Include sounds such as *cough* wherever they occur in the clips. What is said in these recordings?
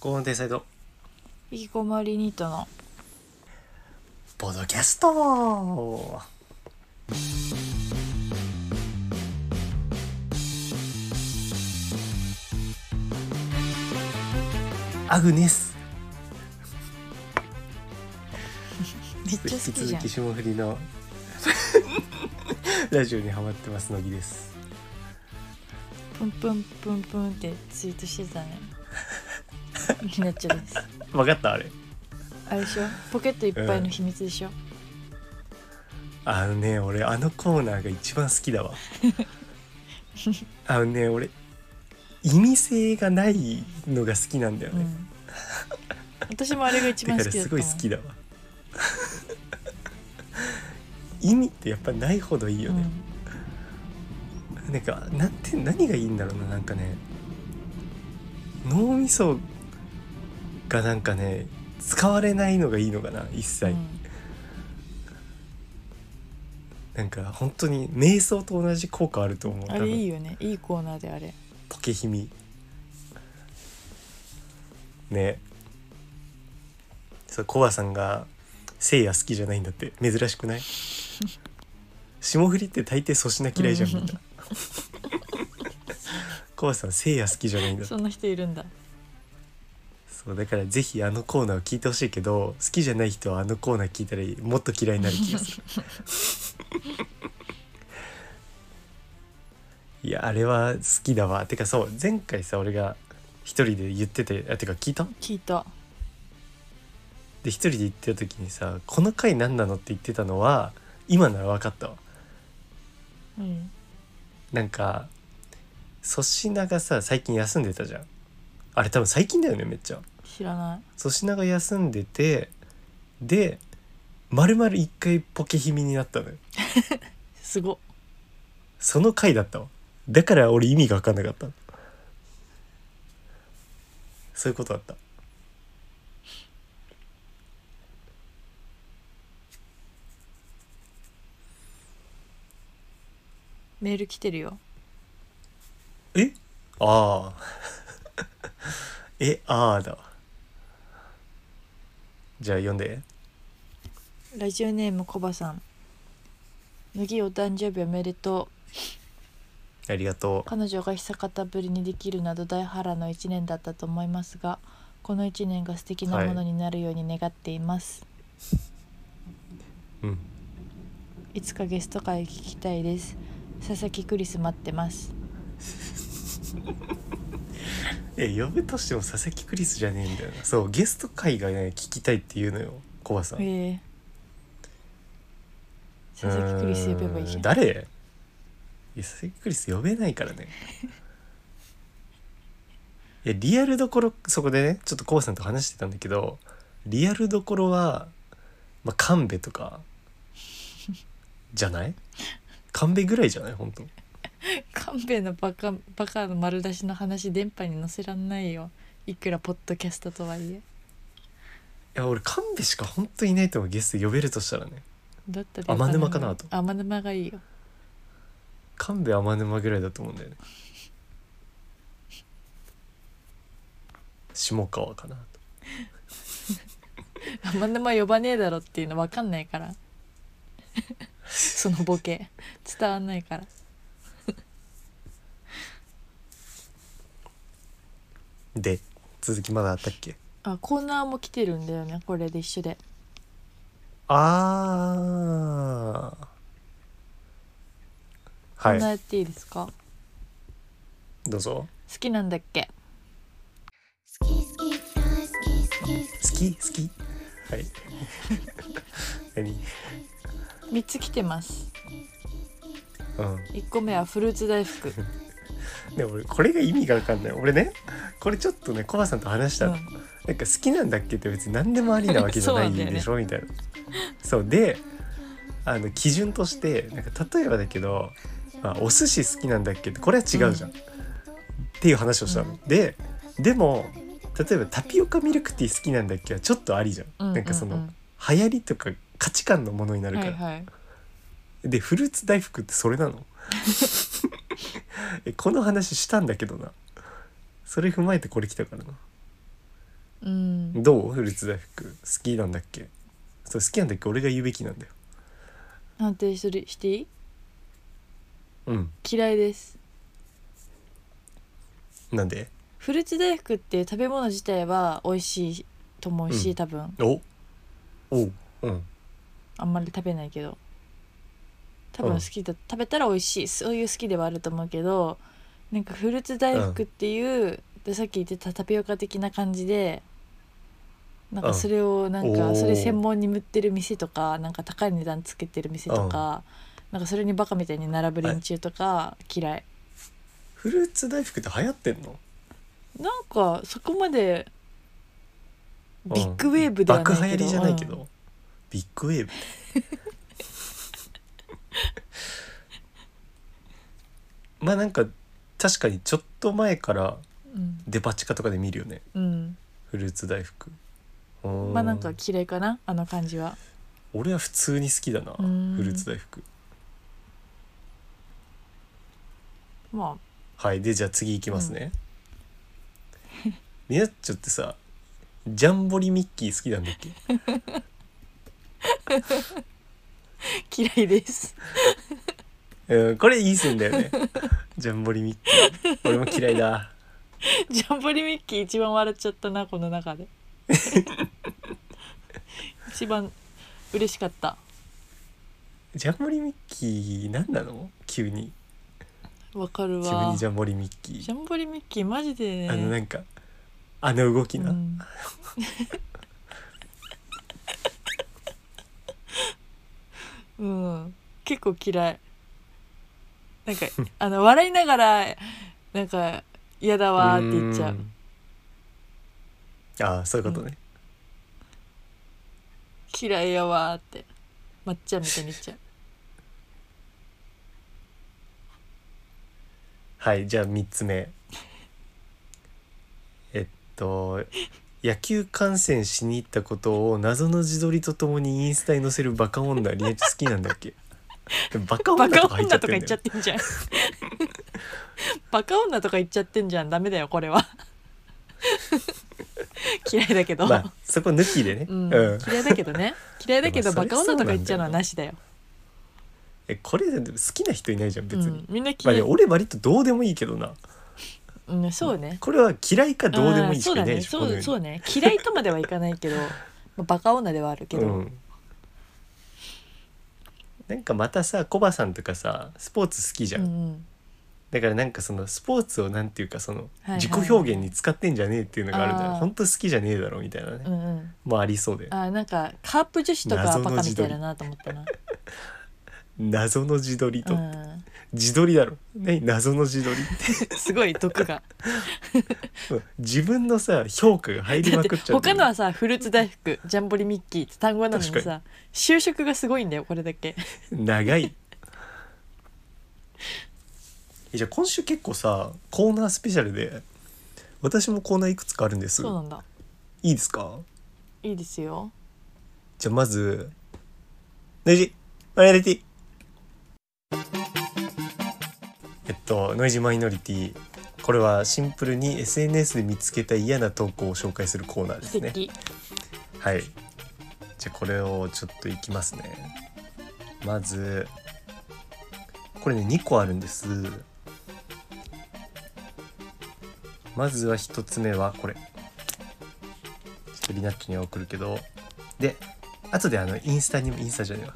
ゴーンテンサイド引きこまりニートのボードキャストアグネスめっちゃ引好ききじ続ゃんき霜降り *laughs* のラジオにハマってます乃木ですプンプンプンプンってツイートしてたねひなっちゃんです分かったあれあれでしょポケットいっぱいの秘密でしょ、あのね俺あのコーナーが一番好きだわあのね俺意味性がないのが好きなんだようね、ん、私もあれが一だか番好きらだっすたごい好きだ *laughs* わ意味ってやっぱないほどいいよもんね、なんかなんて何がいいんだろうななんかね脳みそがなんかね使われないのがいいのかな一切、うんなんか本当に瞑想と同じ効果あると思ううんあ多れ分いいよねいいコーナーであれポケヒミねそうコアさんがせいや好きじゃないんだって珍しくない霜降りって大抵粗品嫌いじゃんみんなコアさんせいや好きじゃないんだってそんな人いるんだそうだからぜひあのコーナーを聞いてほしいけど好きじゃない人はあのコーナー聞いたらもっと嫌いになる気がするいやあれは好きだわてかそう前回さ俺が一人で言っててあてか聞いた聞いたで一人で言ってた時にさ「この回何なの?」って言ってたのは今なら分かったわうんなんか粗品がさ最近休んでたじゃんあれ多分最近だよねめっちゃ知らない粗品が休んでてで丸々一回ポケヒミになったのよすごっその回だったわだから俺意味が分かんなかったそういうことだったメール来てるよえああ *laughs* えああだわじゃあ読んでラジオネームコバさん乃木お誕生日おめでとうありがと彼女が久方ぶりにできるなど大波乱の1年だったと思いますがこの1年が素敵なものになるように願っています、ううんい、つかゲスト会聞きたいです佐々木クリス待ってますえ呼ぶとしても佐々木クリスじゃねえんだよなそうゲスト会がね聞きたいって言うのよコバさんええ佐々木クリス呼べばいいじうーんゃん誰いや佐々木クリス呼べないから *laughs* ねいやリアルどころそこでねちょっとコウさんと話してたんだけどリアルどころは、まあ、神戸とかじゃない神戸ぐらいじゃない本当勘弁のバカバカの丸出しの話電波に載せらんないよいくらポッドキャストとはいえいや俺神戸しか本当いないと思うゲスト呼べるとしたらねだったら天沼かなと天沼がいいよ神戸天沼ぐらいだと思うんだよね下川かなと天沼呼ばねえだろっていうの分かんないから *laughs* そのボケ伝わんないからで続きまだあったっけあコーナーも来てるんだよねこれで一緒でああ。コはーナーやい、っていいですか、どうぞ。好きなんだっけ好き好き大好き好き好好き好き。はい。 *laughs* 何？ 3つ来てますう1個目はフルーツ大福、 *laughs* ん。でも俺これが意味がわかんない。俺ね、これちょっとねコバさんと話したの。うなんか好きなんだっけって別に何でもありなわけじゃないんでしょ、みたいな。そうで、あの基準としてなんか例えばだけど、まあお寿司好きなんだっけってこれは違うじゃん。っていう話をしたの。うんで、でも例えばタピオカミルクティー好きなんだっけはちょっとありじゃん。ん、なんかその。う流行りとか価値観のものになうるんかはら、いはいでフルーツ大福ってそれな *laughs* の *laughs* えこの話したんだけどなそれ踏まえてこれ来たからなうんどうフルーツ大福好きなんだっけそう好きなんだっけ俺が言うべきなんだよ判定するしていいうん嫌いですなんでフルーツ大福って食べ物自体は美味しいと思うし、うん多分おおううんあんまり食べないけど多分好きだ、食べたら美味しいそういう好きではあると思うけどなんかフルーツ大福っていう、でさっき言ってたタピオカ的な感じでなんうんかそれをなんおかーそれ専門に売ってる店とかなんか高い値段つけてる店とか、なんかそれにバカみたいに並ぶ連中とか嫌いフルーツ大福って流行ってんのなんかそこまでビッグウェーブではないけど、爆流行りじゃないけど、うんビッグウ *laughs* ェーブまあなんか確かにちょっと前からうんデパ地下とかで見るよねうんフルーツ大福ままあなんか嫌いかなあの感じは俺は普通に好きだなフうんルーツ大福まはいでじゃあ次いきますね、 *laughs* みなっちょってさジャンボリミッキー好きなんだっけ *laughs* あ嫌いです *laughs* うん、これいい線だよねジャンボリミッキー俺も嫌いだジャンボリミッキー一番笑っちゃったなこの中 *laughs* で一番嬉しかったジャンボリミッキー何なの急にわかる急にわジャンボリミッキジーャンボリミッキーマジでねあのなんかあの動きな、うんうん、 *laughs* 結構嫌いなんかあの笑いながらなんか嫌だわーって言っちゃうーんああそういうことね、嫌いやわーって抹茶みたいに言っちゃうはいじゃあ3つ目えっと野球観戦しに行ったことを謎の自撮りとともにインスタに載せるバカ女リエチ好きなんだっ *laughs* けバカバ女カとか入っちゃ女っとかてん言っだちゃよってんじゃんバカ女とか言っちゃってんじゃんダメだよこれは嫌いだけど、まあそこ抜きでね、うんうん、嫌いだけどね嫌いだけどでもそバれカ女とか言っちゃうのはなしだよえこれ好きな人いないじゃん別に、うん、みんなまあ嫌でい、も俺割とどうでもいいけどなうん、そうねこれは嫌いかどうでもいいしかいあーないでしょそうだねそうそうね嫌いとまではいかないけど、まあ、バカ女ではあるけこの世ど、にうん、なんかまたさコバさんとかさスポーツ好きじゃん、うんうんだからなんかそのスポーツをなんていうかそのはいはい自己表現に使ってんじゃねえっていうのがあるんだよ、あー本当好きじゃねえだろみたいなね、うんうん、もうありそうであーなんかカープ女子とかはバカみたいだなと思ったな、謎の自撮りと、うん自撮りだろね謎の自撮りって *laughs* すごい毒がうん自分のさ評価が入りだっまてくっちゃって他るのはさフルーツ大福ジャンボリミッキーって単語なのに確かさ就職がすごいんだよこれだけ長いえじゃあ今週結構さコーナースペシャルで私もコーナーいくつかあるんですそうなんだいいですかいいですよじゃあまずノイジーマイノリティえっとノイジーマイノリティこれはシンプルに SNS で見つけた嫌な投稿を紹介するコーナーです素ね敵、はいじゃあこれをちょっといきますねまずこれね2個あるんですまずは1つ目はこれちょっとリナッチには送るけどであとであのインスタにもインスタじゃねえわ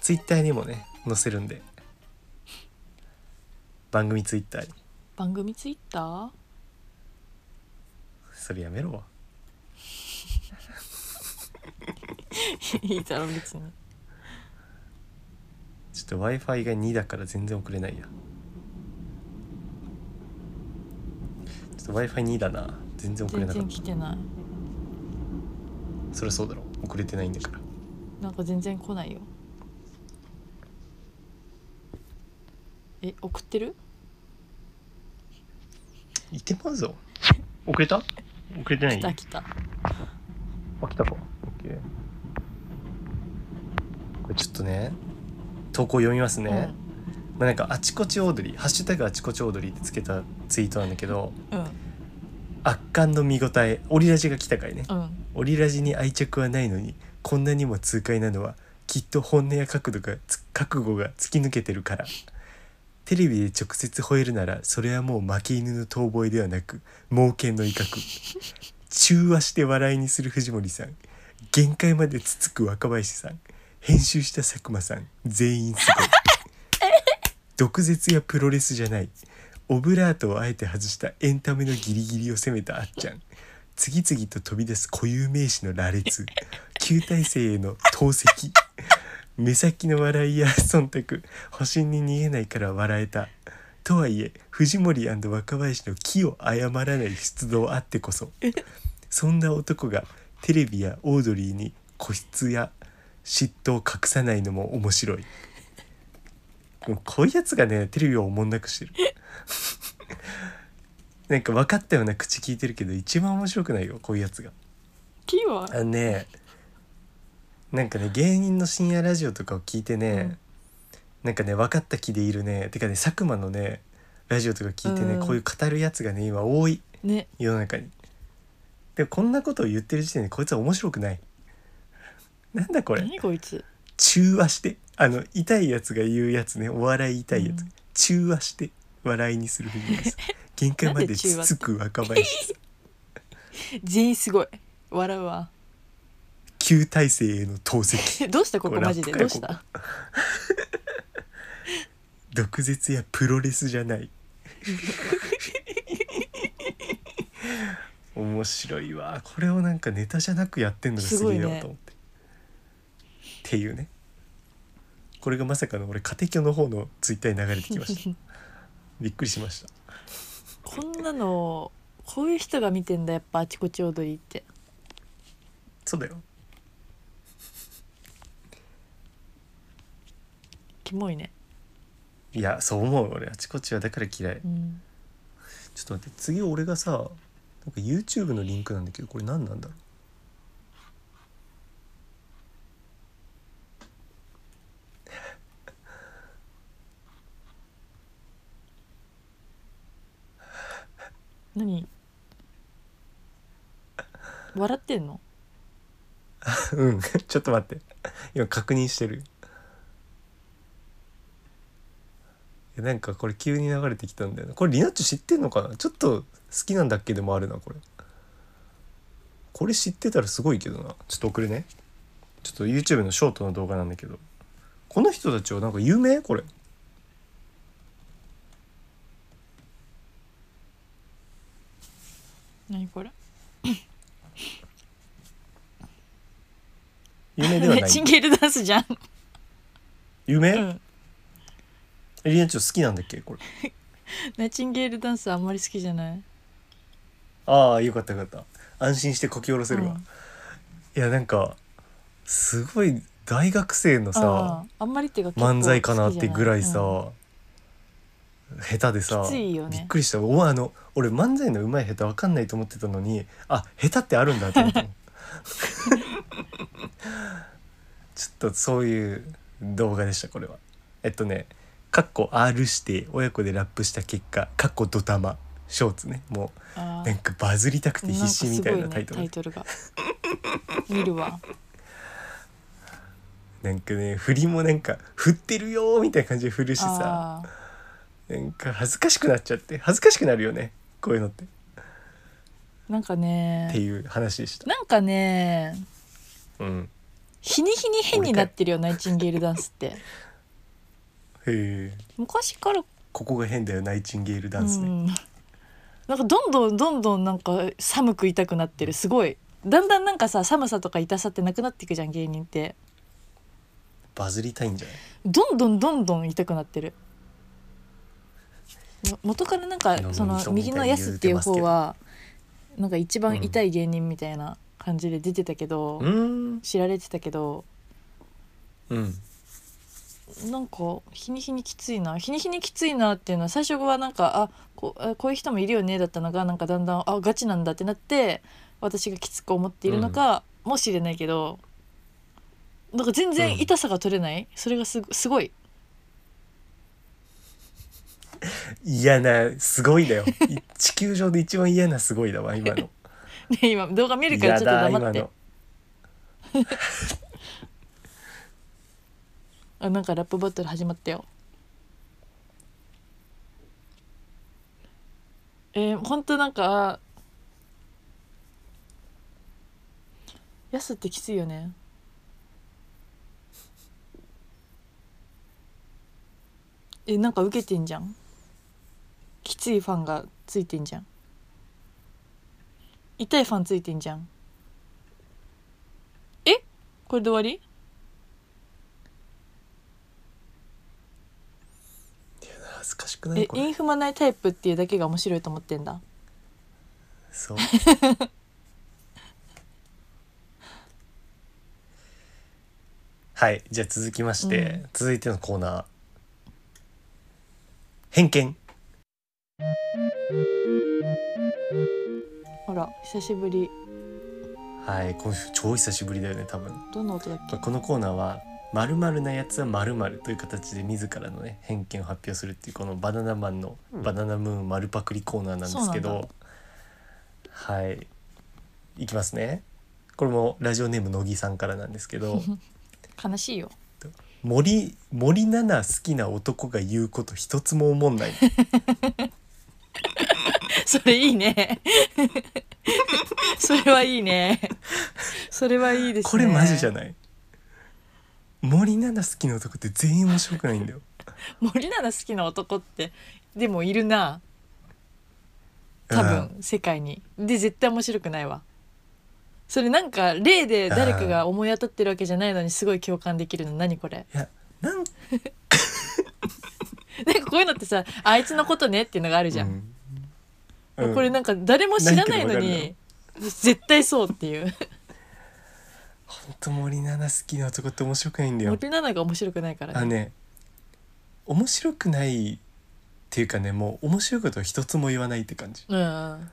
ツイッターにもね載せるんで番組ツイッターに番組ツイッター *laughs* それやめろわいいだろ別にちょっと w i f i が2だから全然送れないやちょっと w i f i 2だな全然送れ全なかっ然来てないたそりゃそうだろ送れてないんだからなんか全然来ないよえ送ってるいてまう *laughs* ぞ遅れた遅れてな来た来たあ来たか OK これちょっとね投稿読みますね、まあ、なんかあちこちオードリー「ハッシュタグあちこちオードリー」ってつけたツイートなんだけどうんうんあ圧巻の見応えオリラジが来たかいねうんオリラジに愛着はないのにこんなにも痛快なのはきっと本音や角度がつ覚悟が突き抜けてるからテレビで直接吠えるならそれはもう負け犬の遠吠えではなく猛犬の威嚇中和して笑いにする藤森さん限界までつつく若林さん編集した佐久間さん全員すごい毒舌やプロレスじゃないオブラートをあえて外したエンタメのギリギリを攻めたあっちゃん次々と飛び出す固有名詞の羅列旧体制への投石目先の笑いや忖度保身に逃げないから笑えたとはいえ藤森若林の気を誤らない出動あってこそそんな男がテレビやオードリーに固執や嫉妬を隠さないのも面白いもうこういうやつがねテレビをおもんなくしてる *laughs* なんか分かったような口聞いてるけど一番面白くないよこういうやつが木はあのねなんかね芸人の深夜ラジオとかを聞いてね、なんかね分かった気でいるねてかね佐久間のねラジオとか聞いてね、うんこういう語るやつがね今多いね世の中にでもこんなことを言ってる時点でこいつは面白くないなんだこれ何こいつ中和してあの痛いやつが言うやつねお笑い痛いやつ、うん中和して笑いにする藤森 *laughs* さん限界までつつく若林さん全員すごい笑うわ旧体制への投石どうしたこここれマジでラップかどようした毒舌やプロレスじゃない *laughs* 面白いわこれをなんかネタじゃなくやってんのがすげえなと思って、すごいっていうねこれがまさかの俺家庭教の方のツイッターに流れてきま *laughs* したびっくりしましたこんなのこういう人が見てんだやっぱあちこち踊りってそうだよキモいねいやそう思う俺あちこちはだから嫌いうんちょっと待って次俺がさなんか YouTube のリンクなんだけどこれ何なんだろ何笑ってんのう *laughs* うんちょっと待って今確認してるいやなんかこれ急に流れてきたんだよなこれリナッチ知ってんのかなちょっと好きなんだっけでもあるなこれこれ知ってたらすごいけどなちょっと送るねちょっと YouTube のショートの動画なんだけどこの人たちはなんか有名これ何これ有名では *laughs* ないチンゲールダンスじゃん有名、うんエリアンチョ好きなんだっけこれナチンゲールダンスあんまり好きじゃないああよかったよかった安心してこき下ろせるわ、うんいやなんかすごい大学生のさあああんまりっていうか漫才かなってぐらいさ、うん下手でさきついよねびっくりしたお前あの俺漫才の上手い下手わかんないと思ってたのにあ下手ってあるんだって思った *laughs* もんちょっとそういう動画でしたこれはえっとね「かっこ R して親子でラップした結果かっこドタマ」ショーツねもうあなんかバズりたくあて必死みたいななんかすごタねイトルタイトルが見 *laughs* るわなんかね振りもなんか振ってるよーみたいな感じで振るしさあなんか恥ずかしくなっちゃって恥ずかしくなるよねこういうのって、あなんかってねいう話でしたなんかねうん日に日に変になってるよナイチンゲールダンスってへえ昔からここが変だよナイチンゲールダンスうね、ん、なんかどんどんどんどんなんか寒く痛くなってるすごいだんだんなんかさ寒さとか痛さってなくなっていくじゃん芸人ってバズりたいんじゃないどんどんどんどん痛くなってるも元からなんかいやそのそう右のやすっていう言方うてはなんか一番痛い芸人みたいな感じで出てたけど、うーん知られてたけどうんなんか日に日にきついな日に日にきついなっていうのは最初はなんかあこあこういう人もいるよねだったのがなんかだんだんあガチなんだってなって私がきつく思っているのかもしれないけど、なんか全然痛さが取れない、それがすごすごい嫌なすごいだよい地球上で一番嫌なすごいだわ今のね今動画見るか嫌らちょだっと黙今ってのあなんかラップバトル始まったよえー、ほんとなんかやすってきついよねえなんか受けてんじゃんきついファンがついてんじゃん痛いファンついてんじゃんえこれで終わり恥ずかしくないえこイれンフマないタイプっていうだけが面白いと思ってんだそう *laughs* はいじゃあ続きまして、う続いてのコーナー偏見ほら久しぶりはい今週超久しぶりだよね多分どんな音だっけまあこのコーナーは「まるなやつはまるという形で自らのね偏見を発表するっていうこのバナナマンの「バナナムーン丸パクリ」コーナーなんですけそうなんどはいいきますねこれもラジオネーム乃木さんからなんですけ *laughs* ど悲しいよ森森七菜好きな男が言うこと一つも思ん *laughs* ない *laughs* それいいね *laughs* それはいいねそれはいいですねこれマジじゃんない森七菜好きな男って全員面白くないんだよ森七菜好きな男ってでもいるな多分、世界にで絶対面白くないわそれなんか例で誰かが思い当たってるわけじゃないのにすごい共感できるの何これ *laughs* うんいやなんなんかこういうのってさあいつのことねっていうのがあるじゃん、うんうんこれなんか誰も知らないのに絶対そうっていうほんと森七菜好きな男って面白くないん *laughs* だよ森七菜が面白くないからあのね面白くないっていうかねもう面白いことを一つも言わないって感じうんうん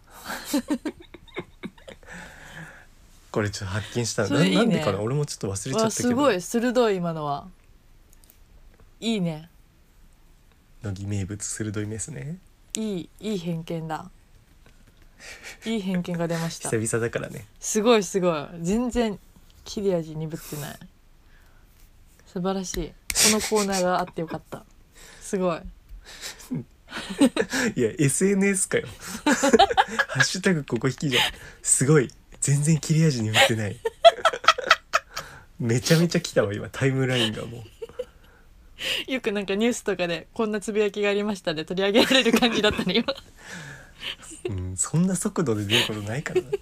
これちょっと発見したそれいいねななんでかな俺もちょっと忘れちゃったわけどすごい鋭い今のはいいね乃木名物鋭い目ですねいいいい偏見だいい偏見が出ま *laughs* した久々だからねすごいすごい全然切れ味鈍ってない素晴らしいこのコーナーがあってよかったすごいいや SNS *laughs* かよハッシュタグここ引きじゃんすごい全然切れ味に打ってないめちゃめちゃ来たわ今タイムラインがもうよくなんかニュースとかでこんなつぶやきがありましたで取り上げられる感じだったね今うん、そんな速度で出ることないからな。 *laughs*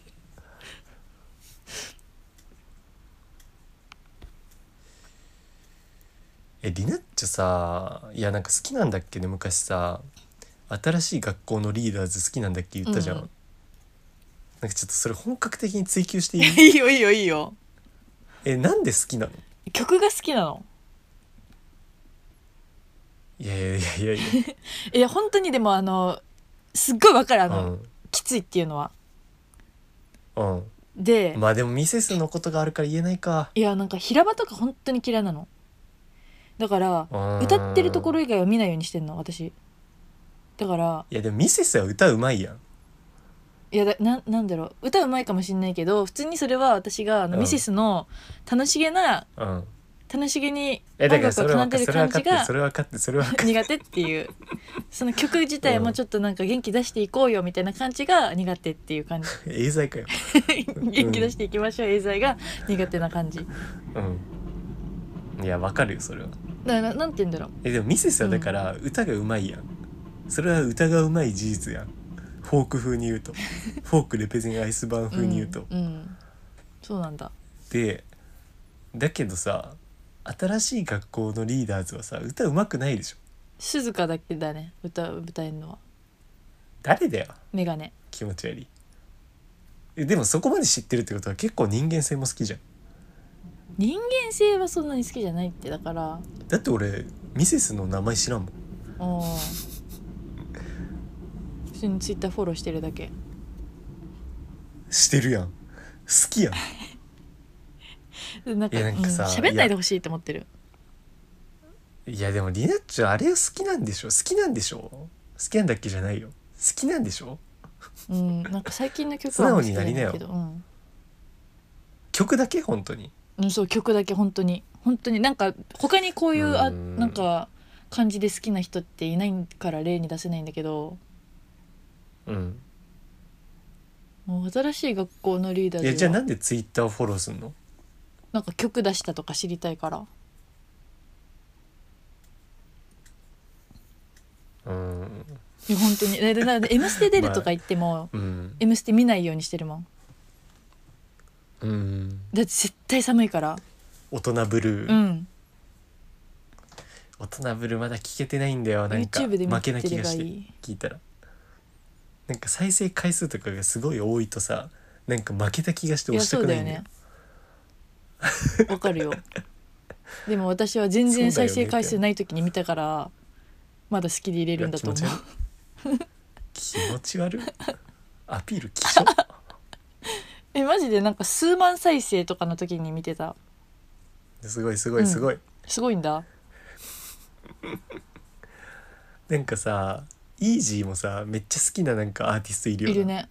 えリナッチョさいやなんか好きなんだっけね昔さ新しい学校のリーダーズ好きなんだっけ言ったじゃん、うんなんかちょっとそれ本格的に追求 *laughs* していい *laughs* いいよいいよいいよえなんで好きなの曲が好きなのいやいやいやいやいい *laughs* や本当にでもあのすっごいわかるあや、の、きついっていうのはうんうんで、まあでもミセスのことがあるから言えないかいやなんか平場とか本当に嫌いなのだから歌歌ってるところ以外は見ないようにしてんの私だからいやでもミセスは歌うまいやんいやだななんだろう歌うまいかもしんないけど普通にそれは私があの、うんミセスの楽しげなうん楽しげにえ音だから楽それを奏はでるそれは分感かってそれはじが分かってそれは分かって *laughs* 苦手っていうその曲自体もちょっとなんか元気出していこうよみたいな感じが苦手っていう感じ英才かよ。 *laughs* 元気出していきましょうエイザイが苦手な感じうん。いやわかるよそれは。だからなんて言うんだろうえでもミセスはだから歌がうまいやん。それは歌がうまい事実やん。フォーク風に言う *laughs* とフォークレペゼンアイスバーン風に言うと。うんうんそうなんだでだけどさ新しい学校のリーダーズはさ歌うまくないでしょ。静かだけだね歌う歌えるのは誰だよメガネ気持ち悪い。えでもそこまで知ってるってことは結構人間性も好きじゃん。人間性はそんなに好きじゃないってだからだって俺ミセスの名前知らんもん。うん普通にツイッターフォローしてるだけしてるやん。好きやん。でなんかいやなんかさうん、喋んないでほしいと思ってるいやでもりなっちゃんあれ好きなんでしょ好きなんでしょ好きなんだっけじゃないよ好きなんでしょうん、なんか最近の曲素直はになりなよ好きじゃないけど、曲だけ本当にうん、うん、そう曲だけ本当に本当になんか他にこういうあうんなんか感じで好きな人っていないから例に出せないんだけどうんもう新しい学校のリーダいやーじゃズあはなんでツイッターをフォローすんのなんか曲出したとか知りたいからうんいや本当にででなで M ステ」出るとか言ってもうん「M ステ」見ないようにしてるもんうんだって絶対寒いから大人ブルー、うん大人ブルーまだ聞けてないんだよなんか YouTube で見負けなて気れがばしいてい聞いたらなんか再生回数とかがすごい多いとさなんか負けた気がしていや押したそうくだないよんだよねわかるよでも私は全然再生回数ない時に見たからまだ好きで入れるんだと思いやう気 *laughs* 持ち悪いアピールきしょえマジでなんか数万再生とかの時に見てたすごいすごいすごい、すごいんだなんかさイージーもさめっちゃ好きななんかアーティストいるよないるね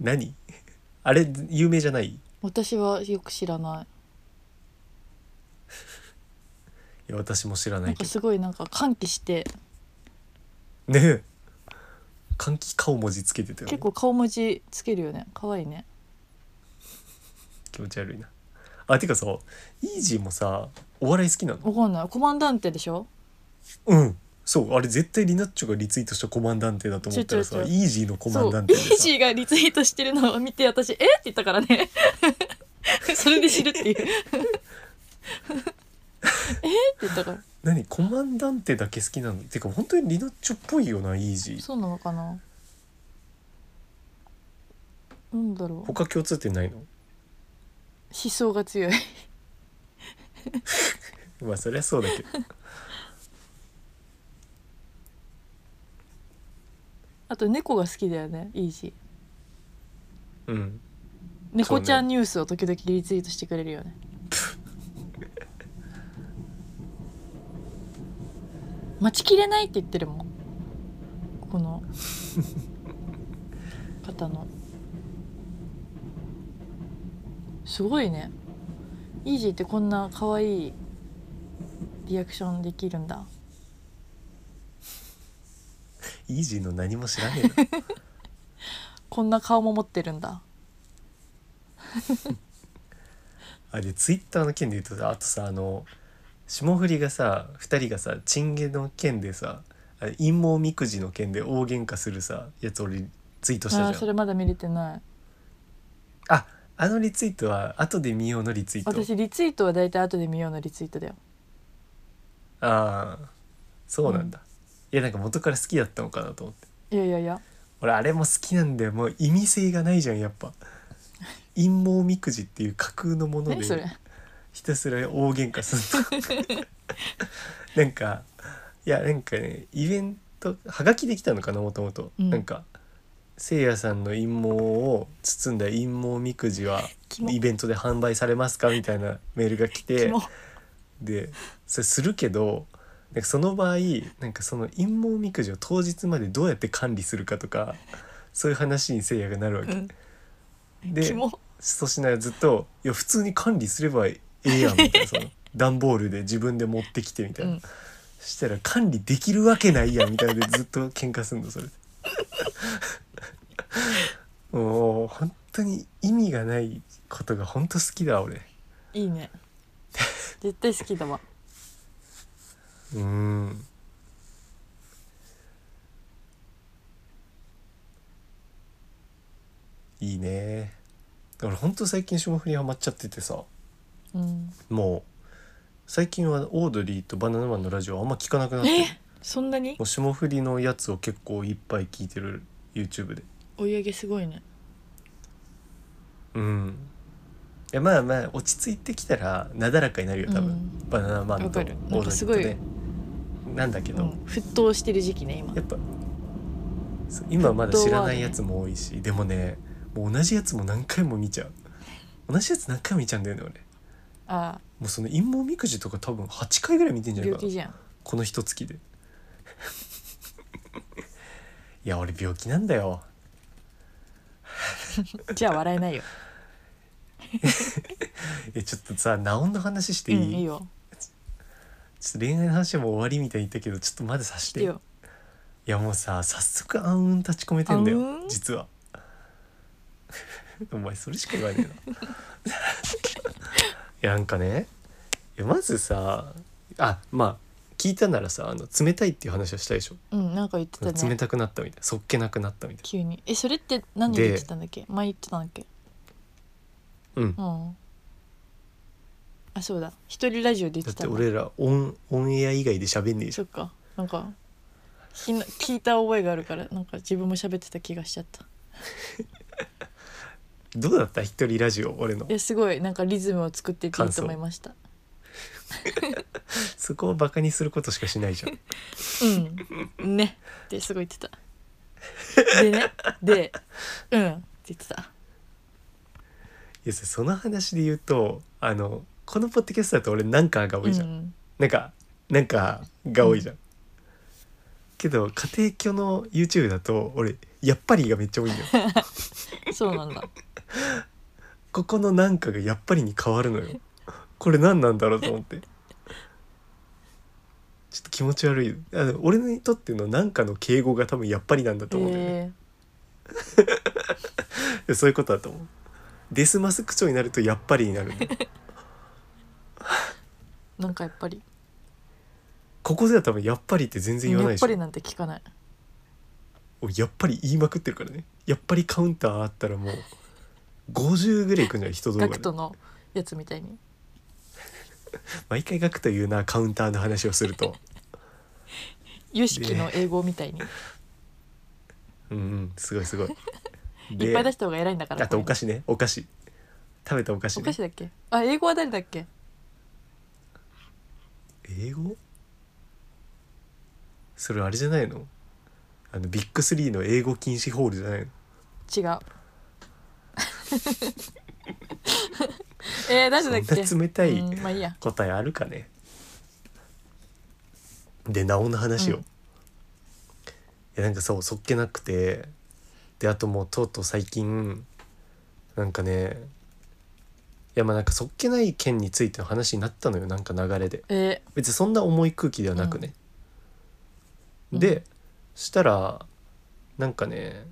何 *laughs* あれ有名じゃないい私はよく知らないや私も知らななんいけかどすごいなんか歓喜してねえ換気顔文字つけてたよ、ね、結構顔文字つけるよね可愛いね気持ち悪いなあてかさイージーもさお笑い好きなのわかんないコマンダンテでしょうんそうあれ絶対リナッチョがリツイートしたコマンダンテだと思ったらちょさちょちょイージーのコマそンうダンイテでーさジーがリツイートしてるのを見て私「えっ?」って言ったから *laughs* ねそれで知るっていうえっって言ったから何コマンダンテだけ好きなのてか本当にリナッチョっぽいよなイージーそうなのかななんだろう思他共通点ないの想が強いまあそりゃそうだけどあと猫が好きだよねイージーうん猫ちゃんニュースを時々リツイートしてくれるよね *laughs* 待ちきれないって言ってるもんこの方のすごいねイージーってこんな可愛いリアクションできるんだイージーの何も知らねえなこんな顔も持ってるんだあでツイッターの件で言うとあとさあの霜降りがさ2人がさチンゲの件でさあ陰謀みくじの件で大喧嘩するさやつ俺ツイートしあたあじそゃんれまだ見れてないああのリツイートは後で見ようのリツイート私リツイートは大体後で見ようのリツイートだよああそうなんだ、いやなんか元から好きだったのかなと思っていやいやいや俺あれも好きなんだよもう意味性がないじゃんやっぱ陰謀みくじっていう架空のもの何それでひたすら大喧嘩するの *laughs* なんかいやなんかねイベントはがきできたのかなもともとうんなんかせいやさんの陰謀を包んだ陰謀みくじはキモイベントで販売されますかみたいなメールが来てキ *laughs* モでそれするけどなんかその場合なんかその陰謀みくじを当日までどうやって管理するかとかそういう話にせいやがなるわけ、うん、でキモ粗品はずっと「いや普通に管理すればええやん」みたいなその段ボールで自分で持ってきてみたいな、うんしたら管理できるわけないやんみたいなのでずっと喧嘩すんのそ *laughs* れもう本当に意味がないことが本当好きだ俺いい *laughs* ね絶対好きだわうーんいいね俺ほんと最近霜降りハマっちゃっててさうんもう最近はオードリーとバナナマンのラジオあんま聞かなくなってるそんなにもう霜降りのやつを結構いっぱい聞いてる YouTube で追い上げすごいねうんいやまあまあ落ち着いてきたらなだらかになるよ多分、うんバナナマンとオードわかリるーなんとかすごいねなんだけうど、ん沸騰してる時期ね今やっぱそう今まだ知らないやつも多いし、でもねもう同じやつも何回も見ちゃう同じやつ何回も見ちゃうんだよね俺あもうその陰謀みくじとか多分8回ぐらい見てんじあゃない病かな気じゃんこの一月で *laughs* いや俺病気なんだよじゃあ笑えないよえちょっとさ治んの話して *laughs* いい,、うんいいよちょっと恋愛の話はもう終わりみたいに言ったけどちょっとまださししててよいやもうさ早速暗雲立ち込めてんだよ暗雲実は *laughs* お前それしか言わねえな *laughs* いやなんかねいやまずさあまあ聞いたならさあの冷たいっていう話はしたでしょ、うんなんか言ってた冷ねたくなったみたいなそっけなくなったみたい急にえそれって何で言ってたんだっけ前言ってたんだっけなうんうんあそうだ一人ラジオで言だっってたてん俺らオンオンエア以外で喋んねえじそゃっかなんか聞いな聞いた覚えがあるからなんか自分も喋ってた気がしちゃったんどうだった一人ラジオ俺のいやすごいなんかリズムを作ってていいと思いましたそこをバカにすることしかしないじゃんう *laughs* んねってすごい言ってたでねでうんって言ってたいやさその話で言うとあのこのポッドキャストだと俺なんかが多いじゃん、うんなんかなんかが多いじゃん、けど家庭教の YouTube だと俺やっぱりがめっちゃ多いんだよそ *laughs* うなんだここのなんかがやっぱりに変わるのよこれ何なんだろうと思ってちょっと気持ち悪いあの俺にとってのなんかの敬語が多分やっぱりなんだと思うんだよね、えでそういうことだと思うデスマス口調になるとやっぱりにな *laughs* るんだよー、なんかやっぱりここでは多分やっぱりって全然言わないやでっしょぱりなんて聞かないおやっぱり言いまくってるからねやっぱりカウンターあったらもう50ぐらいいくんじゃない人動画ガでクトのやつみたいに毎回ガクというなカウンターの話をするとヨシキの英語みたいにうんうんすごいす *laughs* ごいいっぱい出しでた方が偉いんだからあとお菓子子ねお菓子食べたお菓子,、おね、菓子だっけあ英語は誰だっけ英語それあれじゃないのあのビッグスリーの英語禁止ホールじゃないの違 *laughs* うえー、誰だっけそんな冷たいうんまあいいや答えあるかねでなおの話を、うんいやなんかそうそっけなくてであともうとうとう最近なんかねいやまあなんかそっけない件についての話になったのよなんか流れでえ別にそんな重い空気ではなくね、うんうでんしたらなんかね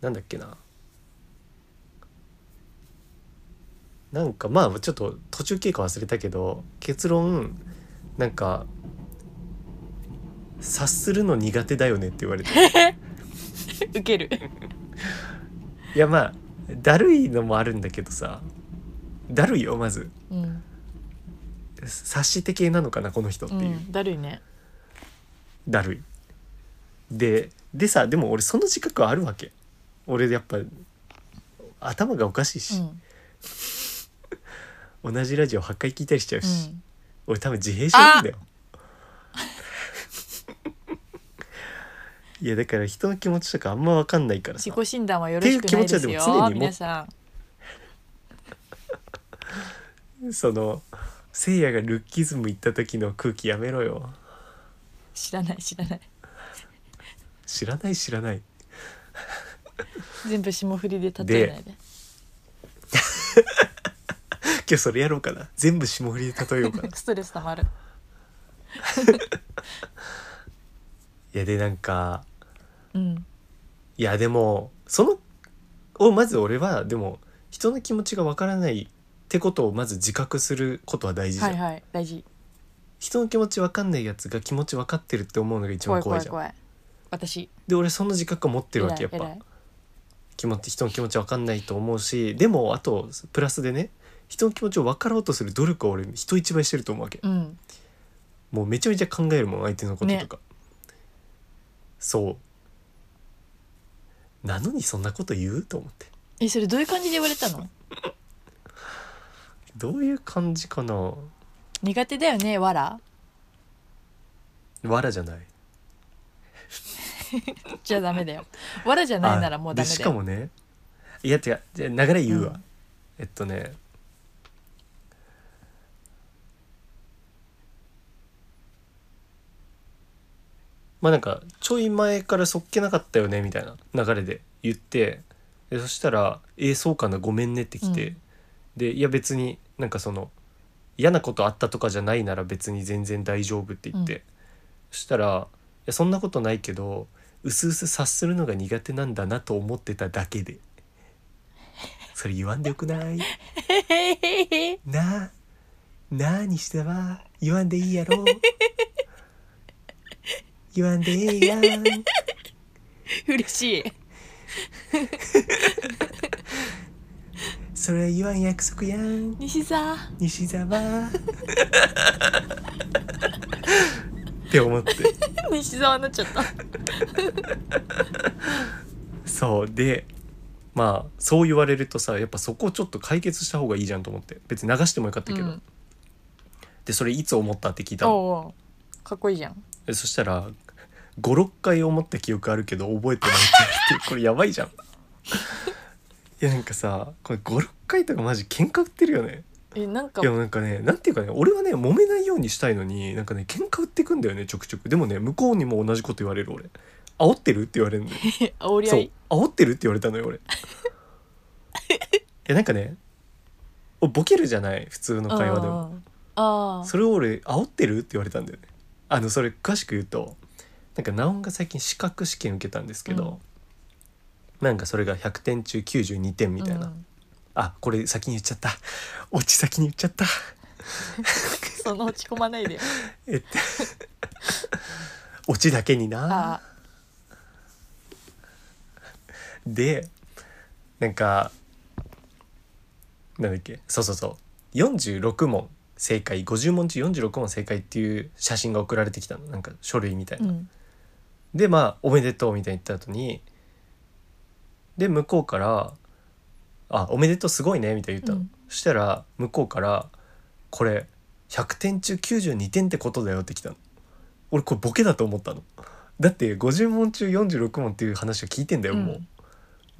なんだっけななんかまあちょっと途中経過忘れたけど結論なんか「察するの苦手だよね」って言 *laughs* われてー、ウケるいやまあだるいのもあるんだけどさだるいよまずうん、察して系なのかなこの人ってういう、ん、だるいねだるいででさでも俺その自覚はあるわけ俺やっぱ頭がおかしいうし、ん、同じラジオ8回聞いたりしちゃううし、ん、俺多分自閉症なんだよいやだから人の気持ちとかあんま分かんないからさ自己診断はよろしくないっでていう気持ちはすでもよ常に持っ皆さんそのせいやがルッキズム行った時の空気やめろよ知らない知らない知らない知らない全部霜降りで例えないで今日それやろうかな全部霜降りで例えようかないストレスたまるやでなんかうんいやでもそのをまず俺はでも人の気持ちがわからないってことをまず自覚することは大事じゃん、はいはい大事人の気持ちわかんないやつが気持ちわかってるって思うのが一怖番い怖怖いいじゃん怖い私で俺その自覚を持ってるわけやっ偉ぱい気持ち人の気持ちわかんないと思うしでもあとプラスでね人の気持ちを分かろうとする努力を俺人一倍してると思うわけ偉いうんもうめちゃめちゃ考えるもん相手のこととか、そうなのにそんなこと言うと思ってえそれどういう感じで言われたのどういう感じかな苦手だよねわらわらじゃないじゃあダメだよわらじゃないならもうダメだよでしかもねいや違うじゃあ流れ言うわ、うんえっとねまあなんかちょい前からそっけなかったよねみたいな流れで言ってでそしたら「えーそうかなごめんね」ってきて、うんでいや別になんかその嫌なことあったとかじゃないなら別に全然大丈夫って言って、うそしたら「いやそんなことないけどうすうす察するのが苦手なんだなと思ってただけでそれ言わんでよくないなあなあにしては言わんでいいやろ言わんでええやん *laughs* 嬉しいそれは言わん約束やん西澤西沢って思って西澤になっちゃったそうでまあそう言われるとさやっぱそこをちょっと解決した方がいいじゃんと思って別に流してもよかったけど、うんでそれいつ思ったって聞いたのおうおうかっこいいじゃんでそしたら56回思った記憶あるけど覚えてないって言 *laughs* ってこれやばいじゃんいやなんかさこれ56回とかマジ喧嘩売ってるよねえなんかいやなんかねなんていうかね俺はね揉めないようにしたいのになんかね喧嘩売ってくんだよねちょくちょくでもね向こうにも同じこと言われる俺煽ってるって言われるんだよ煽り合そうい煽ってるって言われたのよ *laughs* 俺いやなんかねおボケるじゃない普通の会話でもああそれを俺煽ってるって言われたんだよねあのそれ詳しく言うとなんかナオンが最近資格試験受けたんですけど、なんかそれが100点中92点みたいな、うんあこれ先に言っちゃった *laughs* オチ先に言っちゃったその落ち込まないでよえってオチだけにな *laughs* あでなんかなんだっけそうそうそう46問正解50問中46問正解っていう写真が送られてきたのなんか書類みたいなう。んでまあ「おめでとう」みたいに言った後にで向こうから「あおめでとうすごいね」みたいに言ったの、うんそしたら向こうから「これ100点中92点ってことだよ」って来たの俺これボケだと思ったのだって50問中46問っていう話を聞いてんだよもう、うん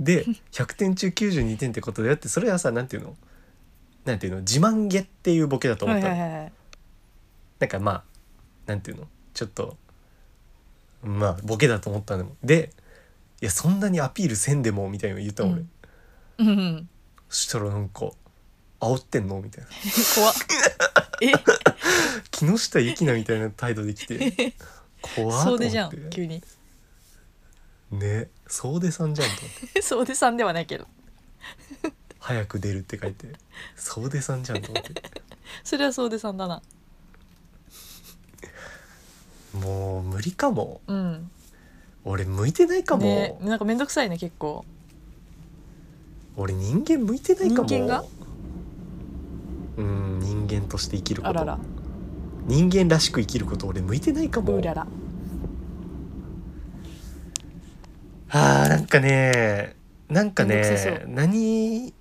で100点中92点ってことだよってそれはさなんていうのなんていうの自慢げっていうボケだと思はっいたの、はいはいなんかまあなんていうのちょっとまあボケだと思ったのもで「いやそんなにアピールせんでも」みたいなの言ったの俺、うんうんうんそしたらなんか「煽ってんの?」みたいな怖っえ「木下ゆきな」みたいな態度で来 *laughs* て怖っとそう思でじゃっんて急にねそうでさんじゃんと思ってそうでさんではないけど「早く出る」って書いて「そうでさんじゃん」と思ってそれはそうでさんだなもう無理かもうん俺向いてないかも、ねなんかめんどくさいね結構俺人間向いてないかも人間がうん人間として生きるこあとらら人間らしく生きること俺向いてないかもうららあーなんかねなんかめんどくさそうね何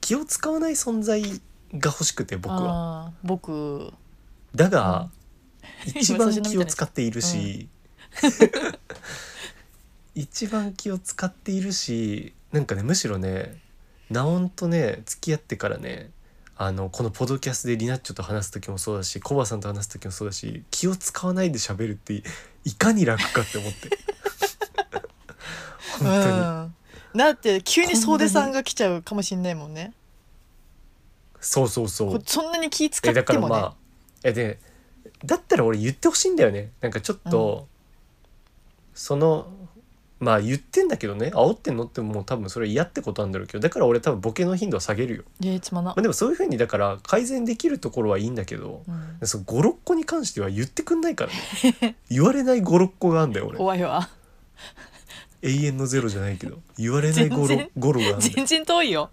気を使わない存在が欲しくて僕はあー僕だが、ん一今番粗品みたい気なを使っているし、 *laughs* 一番気を使っているしなんかねむしろねナオンとね付き合ってからねあのこのポドキャスでリナッチョと話す時もそうだしコバさんと話す時もそうだし気を使わないで喋るっていかに楽かって思って本当に。うん、だって急にそうでさんが来ちゃうかもしんないもんねそうそうそこう。そんなに気使えっだかてらもね、まあえでだったら俺言ってほしいんだよね。なんかちょっと、そのまあ言ってんだけどね煽ってんのってもう多分それ嫌ってことなんだろうけどだから俺多分ボケの頻度は下げるよ。いやつまなまあ、でもそういうふうにだから改善できるところはいいんだけどうん、その56個に関しては言ってくんないからね *laughs* 言われない56個があんだよ俺怖いわ永遠のゼロじゃないけど言われない全然56ゴロがあんだよ全然遠いよ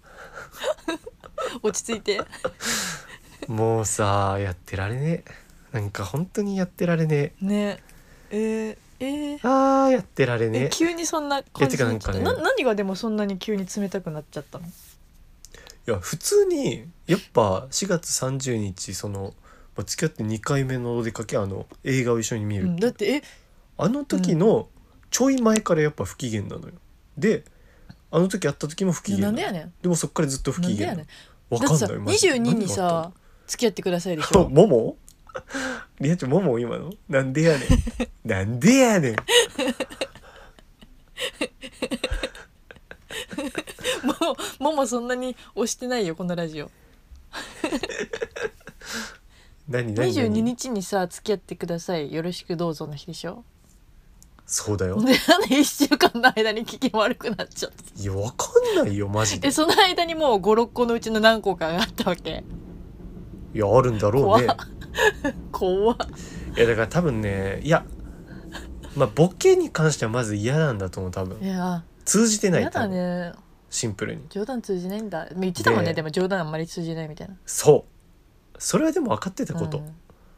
落ち着いてもうさやってられねえなんか本当にやってられねえねえー、えーあーやってられねええ急にそんな感じに来たいやてかなんなかね何がでもそんなに急に冷たくなっちゃったのいや普通にやっぱ4月30日その、まあ、付き合って2回目のお出かけあの映画を一緒に見うる、ん、だってえあの時のちょい前からやっぱ不機嫌なのよであの時会った時も不機嫌なのんでやねんでもそっからずっと不な機んで嫌やなねのんわだかってんさないマジで22何にがあっ *laughs* さ付き合ってくださいでしたのょももリアちゃんもも今のなんでやね *laughs* んなんでやねんもう *laughs* ももそんなに押してないよこのラジオ何何22何日にさ付き合ってくださいよろしくどうぞの日でしょそうだでよ *laughs* なんで1週間の間に機嫌悪くなっちゃったいやわかんないよマジでえその間にもう56個のうちの何個かがあったわけいやあるんだろう怖っね怖っいやだから多分ねいやまあボケに関してはまず嫌なんだと思う多い分や通じてないや多だ分ねシンプルに冗談通じないんだ言ってたもんねででも冗談あんまり通じないみたいなそうそれはでも分かってたこと、うん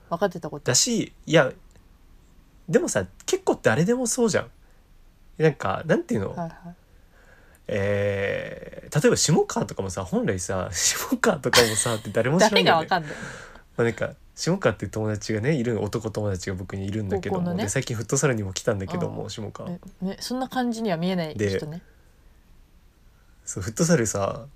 分かってたことだしいやでもさ結構誰でもそうじゃんなんかなんていうの、はいはいえー例えば下川とかもさ本来さ下川とかもさって誰も知らないん誰がだよわねかんないまあ、なんか下川っていう友達がねいる男友達が僕にいるんだけど高校も、のねで最近フットサルにも来たんだけども、下川ねねそんな感じには見えないで人ねそうフットサルさ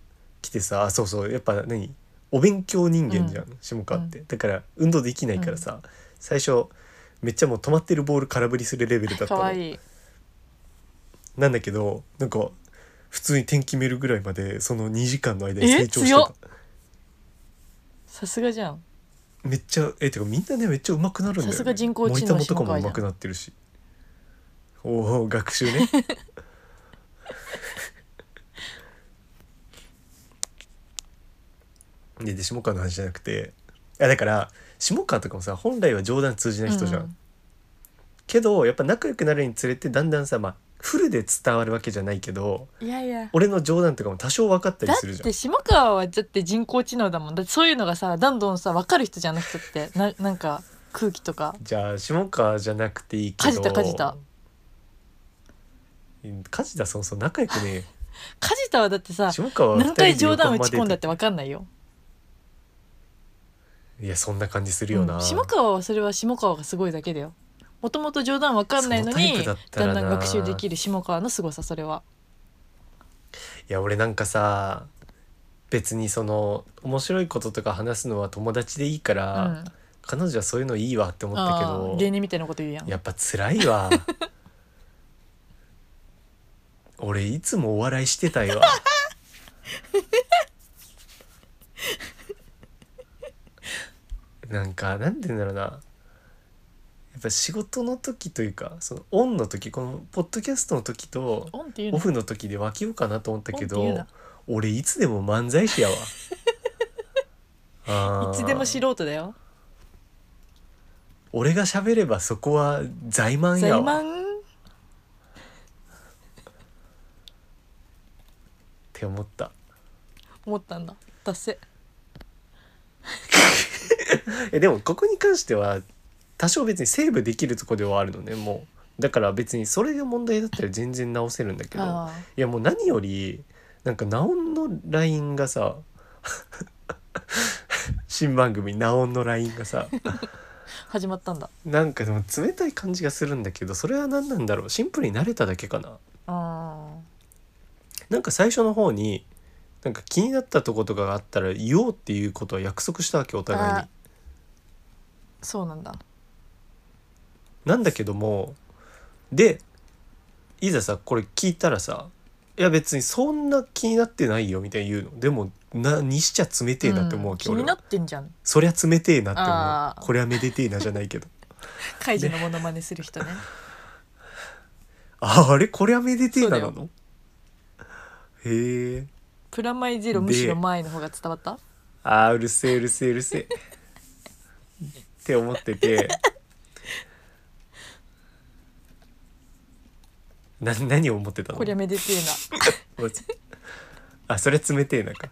来てさそうそうやっぱ何お勉強人間じゃん、下川ってだから運動できないからさ、最初めっちゃもう止まってるボール空振りするレベルだった可の愛いいなんだけどなんか普通に点決めるぐらいまでその2時間の間にえ成長してたさすがじゃんめっちゃえてかみんなねめっちゃ上手くなるんだよ、ね、さすが人工知能モニターもとかも上下川じゃん手くなってるしおお学習 *laughs* ねでで下川の話じゃなくていやだから下川とかもさ本来は冗談通じない人じゃん、うんけどやっぱ仲良くなるにつれてだんだんさまあフルで伝わるわけじゃないけどいやいや俺の冗談とかも多少分かったりだするっじゃんて下川はだって人工知能だもんだってそういうのがさどんどんさ分かる人じゃんあの人ってななんか空気とかじゃあ下川じゃなくていいけど梶田梶田梶田そもそも仲良くねえよ梶田はだってさ下川は二人何で回冗談打横浜ちで込んだって分かんないよ、いやそんな感じするうよな、ん、下川はそれは下川がすごいだけだよもともと冗談分かんないのそのタイにプだだったらなんだん学習できる下川のすごさそれはいや俺なんかさ別にその面白いこととか話すのは友達でいいかうら、ん彼女はそういうのいいわって思ったけあー芸ど人みたいなこと言うやんやっぱ辛い *laughs* わ俺いつもお笑いしてたよなんかなんて言うんだろうなやっぱ仕事の時というかそのオンの時このポッドキャストの時とオンっていうオのフの時で分けようかなと思ったけポンって言うどな俺いつでも漫才師や *laughs* わあーいつでも素人だよ俺が喋ればそこは在満在やわっ満て思った思ったんだ達成 *laughs* えでもここに関しては多少別にセーブできるとこではあるのねもうだから別にそれが問題だったら全然直せるんだけどあいやもう何よりなんかナオンの LINE がさ *laughs* 新番組「ナオンの LINE」がさー始まったんだなんかでも冷たい感じがするんだけどそれは何なんだろうシンプルに慣れただけかなあなんか最初の方になんか気になったとことかがあったら言おうっていうことは約束したわけおー互いあにーそうなんだなんだけどもでいざさこれ聞いたらさ「いや別にそんな気になってないよ」みたいに言うのでもなにしちゃ冷てえなって思うわけ、ん、気俺になはってんじゃんそりゃ冷てえなっあて思ーうこれはめでてえなじゃないけど *laughs* カイジのモノマネする人ねああれこれはめでてえななそうだのへえプラマイゼロでむしろ前の方が伝わったあーうるせえうるせえうるせえって思って *laughs* てな何を思ってたのこりゃめでてえなごめんあそれ冷てえなんか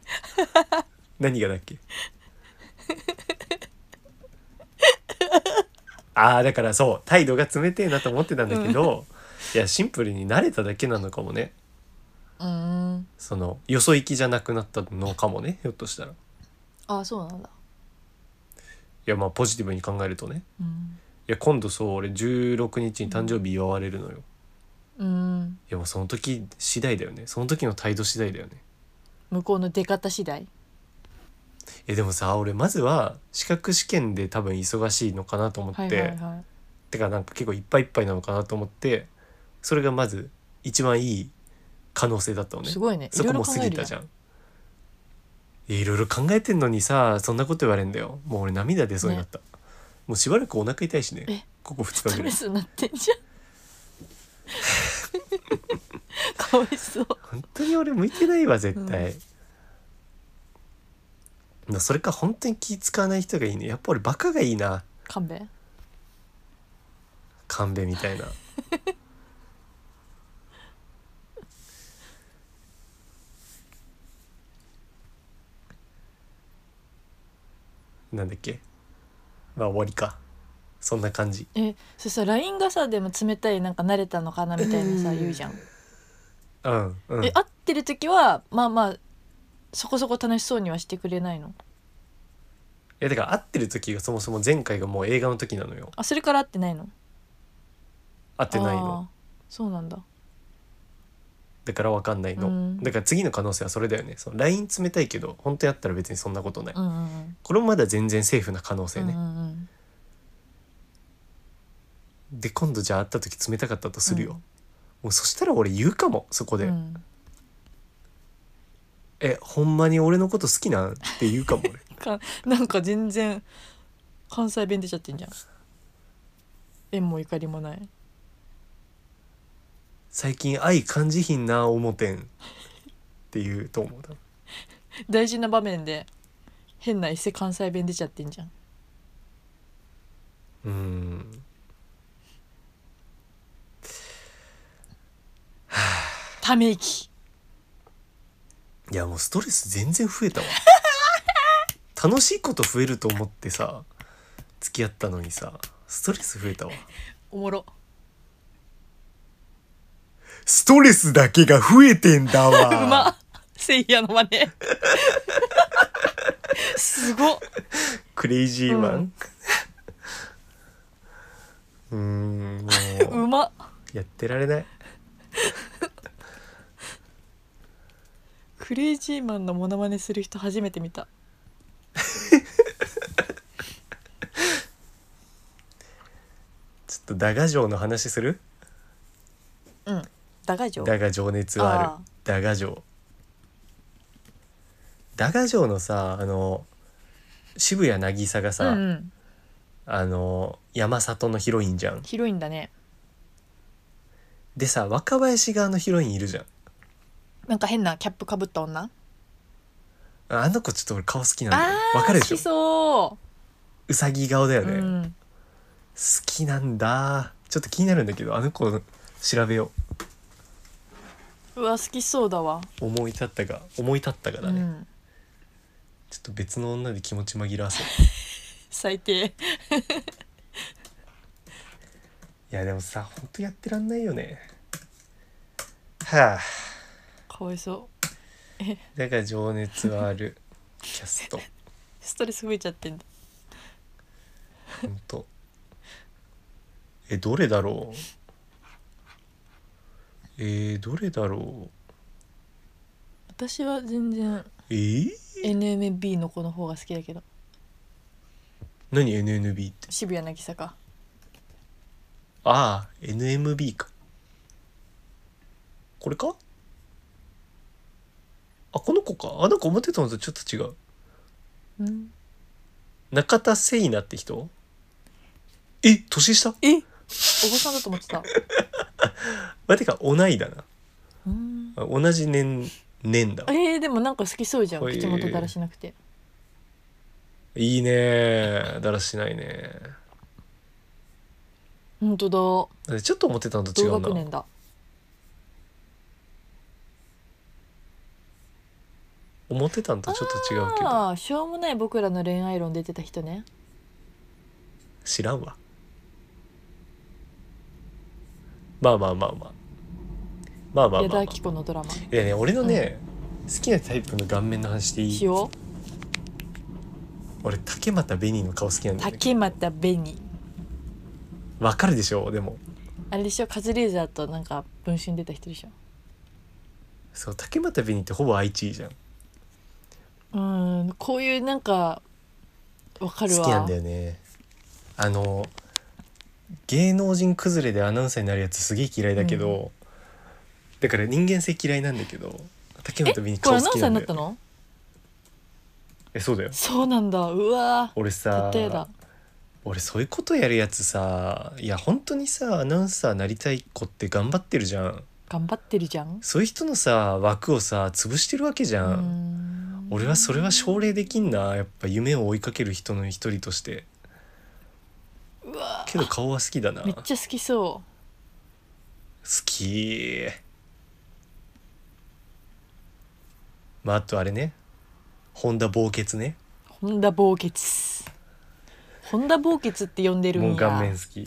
何がだっけあーだからそう態度が冷てえなと思ってたんだけど、いやシンプルに慣れただけなのかもねうーんそのよそ行きじゃなくなったのかもねひょっとしたらいああそうなんだやまあポジティブに考えるとねうんいや今度そう俺16日に誕生日祝われるのよ、いうんやもうその時次第だよねその時の態度次第だよね向こうの出方次第いえでもさ俺まずは資格試験で多分忙しいのかなと思って、はいはいはいてかなんか結構いっぱいいっぱいなのかなと思ってそれがまず一番いい可能性だったのねすごいねそこも過ぎたじゃんいやいろいろ考えてんのにさそんなこと言われんだよもう俺涙出そうになった、もうしばらくお腹痛いしえねここ2ス日トぐらレいスになってんじゃん *laughs* かわ *laughs* いそう本当に俺向いてないわ絶対、まあそれか本当に気使わない人がいいねやっぱ俺バカがいいな勘弁神戸みたいななんだっけまあ終わりかそんな感じえそれさ LINE がさでも冷たいなんか慣れたのかなみたいなさうん言うじゃん、うんうんえ会ってる時はまあまあそこそこ楽しそうにはしてくれないのえだから会ってる時がそもそも前回がもう映画の時なのよあそれから会ってないの会ってないのあーそうなんだだから分かんないの、うんだから次の可能性はそれだよねその LINE 冷たいけど本当やったら別にそんなことない、うんうんうんこれもまだ全然セーフな可能性ね、うんうんうんで今度じゃあ会った時冷たかったとするよ、うんもうそしたら俺言うかもそこで、うんえほんまに俺のこと好きなんって言うかも *laughs* 俺かなんか全然関西弁出ちゃってんじゃん縁も怒りもない最近愛感じひんな思てんって言うと思うな大事な場面で変な伊勢関西弁出ちゃってんじゃんうーんため息いやもうストレス全然増え *laughs* たわ楽しいこと増えると思ってさ付き合ったのにさストレス増えたわおもろストレスだけが増えてんだ *laughs* うわまっせいやの真似 *laughs* すごっクレイジーマンうーん *laughs* もううまっやってられないクレイジーマンのモノマネする人初めて見たちょっとダガ城の話するうん打開城だが情熱はあるああだが城だが城のさあの渋谷渚がうさ、んうんあの山里のヒロインじゃん広いんだねでさ若林側のヒロインいるじゃんなんか変なキャップかぶった女あの子ちょっと俺顔好きなんだよあーわかるでし好ょきそうさぎ顔だよう、ね、う好ん、きなんだちょっと気になるんだけどあの子調べようわ好きそうだわ、う思い立ったが思い立ったがうだね、ん、ちょっと別の女で気持ち紛らわせ最低いやでもさほんとやってらんないよねはあかわいそうだが情熱はあるキャストストレス増えちゃってんだほんとえどれだろうえー、どれだろう私は全然えー、 NMB の子の方が好きだけど何 NNB って渋谷渚かああ NMB かこれかあこの子かあなんか思ってたのとちょっと違ううん中田聖奈って人え年下えおばさんだと思ってたまあ、てか同いだなうんあ同じ年年だわえー、でもなんか好きそうじゃんほい口元だらしなくていいねーだらしないね本当だーちょっと思ってたのと違同うな学年だ思ってたのとちょっと違うけどああしょうもない僕らの恋愛論出てた人ね知らんわまあまあまあまあまあまあ矢まあ、ま田あ亜、希子のドラマいやね俺のね、好きなタイプの顔面の話してい「い塩俺竹俣紅の顔好きなんだよね竹俣紅」わかるでしょでもあれでしょカズレーザーとなんか文春出た人でしょそう竹俣紅ってほぼ愛知じゃんうんこういうなんかわかるわ好きなんだよねあの芸能人崩れでアナウンサーになるやつすげえ嫌いだけど、だから人間性嫌いなんだけど竹え本こ美にれ超アナ好ウンきサーなんにだなっよたのえそうだよそうなんだうわ俺さー例えだ俺そういうことやるやつさいや本当にさアナウンサーなりたい子って頑張ってるじゃん頑張ってるじゃんそういう人のさ枠をさ潰してるわけじゃん、ん俺はそれは奨励できんなやっぱ夢を追いかける人の一人としてうわけど顔は好きだなめっ好ちゃ好きそきまああとあれね本田望結ねう本田望結本田望結って呼んでるんやもう顔面好き *laughs* い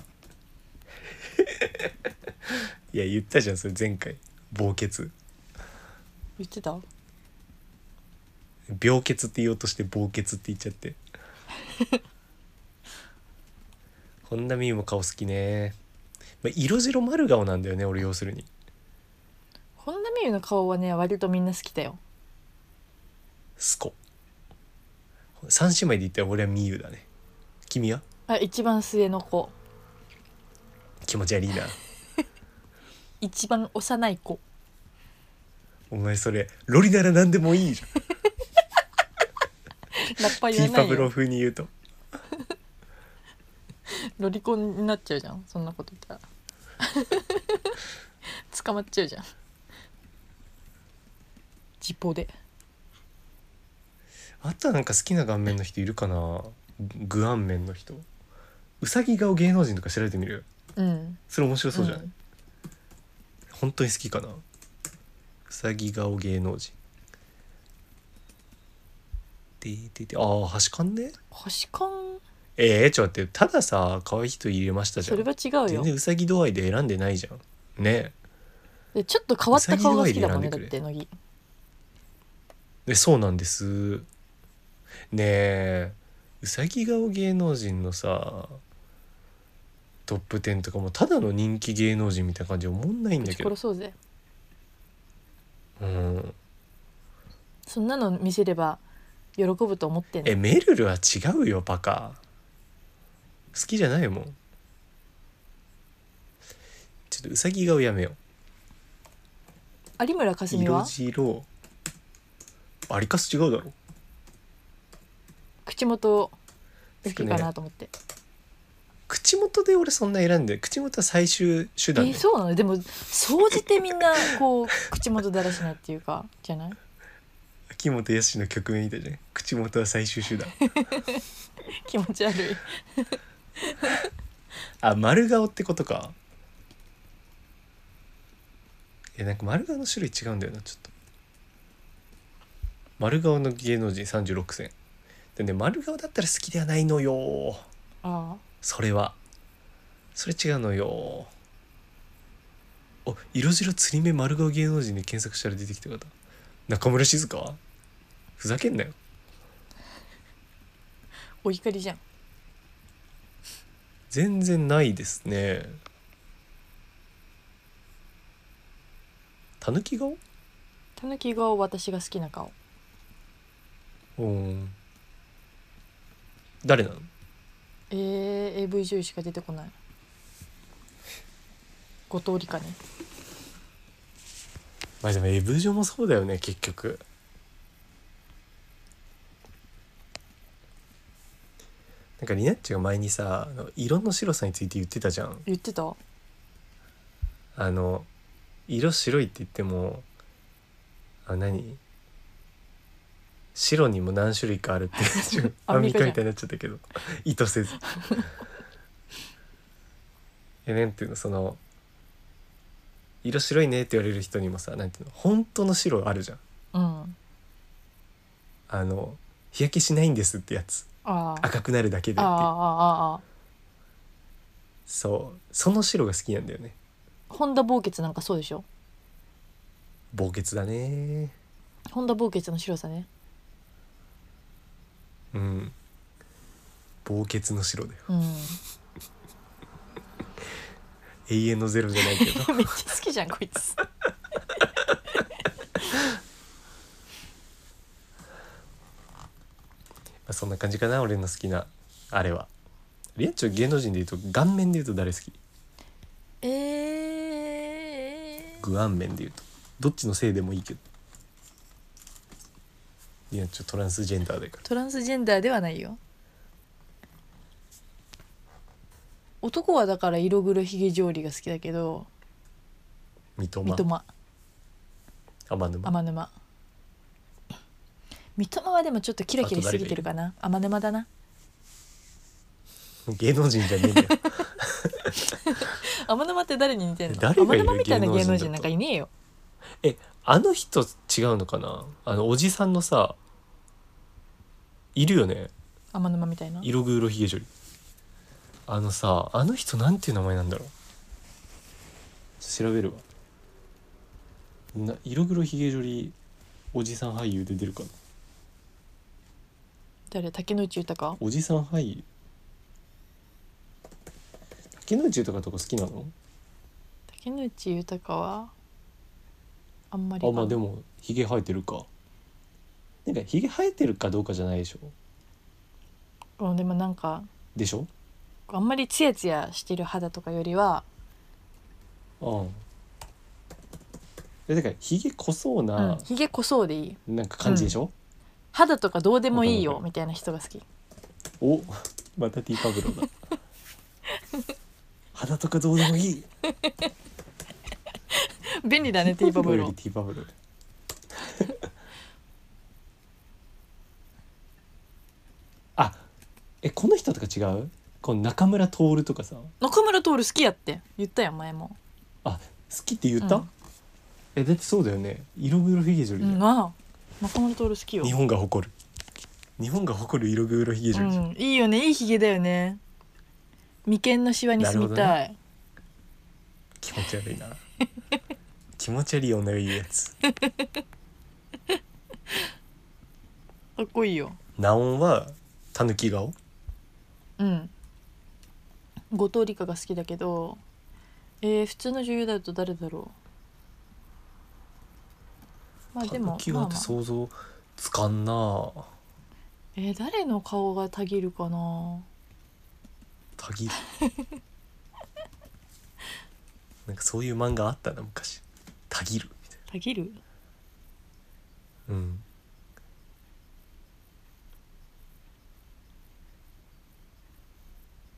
や言ったじゃんそれ前回望結言ってた病欠って言おうとして暴血って言っちゃって *laughs* 本田美優も顔好きね、まあ、色白丸顔なんだよね俺要するに本田美優の顔はね割とみんな好きだよスコ三姉妹で言ったら俺は美優だね君はあ一番末の子気持ち悪いな一番幼い子お前それロリなら何でもいいじゃんラッパティ言ーわパないブロよ風に言うとロリコンになっちゃうじゃんそんなこと言ったら *laughs* 捕まっちゃうじゃんジポであとはなんか好きな顔面の人いるかな具顔面の人うさぎ顔芸能人とか調べてみるうんそれ面白そうじゃない、ん本当に好きかなうさぎ顔芸能人でででああ端かんね星間えー、ちょっと待ってたださ可愛い人入れましたじゃそれんは違う全よ然うさぎ度合いで選んでないじゃんねでちょっと変わった顔が好きだもんねうださっぎの前で選んでくれて乃木でそうなんですねえうさぎ顔芸能人のさトップ10とかもただの人気芸能人みたいな感じ思んないんぶだちけ殺ど、そうぜうん、そんなの見せれば喜ぶと思ってんのえメルルは違うよバカ好きじゃないもんちょっとうさぎ顔やめよ有村架う純色は白アリカス違うだろ口元好きかなと思って、口元で俺そんな選んで口元は最終手段えねそうなのでも総じてみんな *laughs* こう口元だらしないっていうかじゃない *laughs* 秋元康の曲名みたいじゃん口元は最終手段気持ち悪いあ丸顔ってことかいやなんか丸顔の種類違うんだよなちょっと丸顔の芸能人36選でね丸顔だったら好きではないのよああそれはそれ違うのよお色白釣り目丸顔芸能人で検索したら出てきた方中村静香ふざけんなよお怒りじゃん全然ないですねたぬき顔たぬき顔私が好きな顔うん誰なのえー、AV 女優しか出てこない後藤理香ねまあでもエブジョもそうだよね結局なんかリナッチが前にさあの色の白さについて言ってたじゃん言ってたあの色白いって言ってもあ何白にも何種類かあるってちょ *laughs* アアンンミミカじゃカんみたいになっちゃったけど意図せず *laughs* いやなんていうのその色白いねって言われる人にもさなんていうの本当の白あるじゃんうんあの日焼けしないんですってやつあああ赤くなるだけでってああいうあああそうその白が好きなんだよね本田望結なんかそうでしょ暴血だね本田望結の白さねうん暴血の白だようん *laughs* 永遠のゼロじゃないけど *laughs* めっちゃ好きじゃんこいつあ、そんな感じかな俺の好きなあれはリアンチョ芸能人でいうと顔面でいうと誰好きえー、グアン面でいうとどっちのせいでもいいけどリアンチョトランスジェンダーだからトランスジェンダーではないよ男はだから色黒ひげ上理が好きだけど三笘三笘天沼天沼三笘はでもちょっとキラキラしすぎてるかな天沼だな芸能人じゃねえんだよ天沼って誰に似てんの誰がいる天沼みたいな芸能芸能人だ人となんかいねえよえあの人違うのかなあのおじさんのさいるよね天沼みたいな色黒ひげ処理あのさあの人なんていう名前なんだろう調べるわな色黒ひげ処理おじさん俳優で出るかな誰竹野内豊おじさん俳優竹野内豊とか好きなの竹野内豊はあんまりあまあでももひげ生えてるかなんかひげ生えてるかどうかじゃないでしょうんでもなんかでしょあんまりツヤツヤしてる肌とかよりはうんえだからひげ濃そうな、ひげ、髭濃そうでいいなんか感じでしょ、肌とかどうでもいいわかよるみたいな人が好きおまたティーパブロだ *laughs* 肌とかどうでもいい便 *laughs* 利だねティーパブよロりティーパブロ *laughs* あえこの人とか違うこの中村徹とかさ中村徹好きやって言ったよ前も、あ好きって言った、うんえだってそうだよね色黒ひげジョリうーだよ、ん、ああ中村徹好きよ日本が誇る日本が誇る色黒ひげジョリーじゃんうん、いいよねいいひげだよね眉間のシワに住みたい、気持ち悪いな気持ち悪い女が言うやつかっこいいよナオンはたぬき顔うん後藤理香が好きだけどえー、普通の女優だと誰だろうまあたでぬもきまあ顔っまてあ想像つかんなあえー、誰の顔がたぎるかなたぎる *laughs* なんかそういう漫画あったな昔たぎるみたいたぎるなうん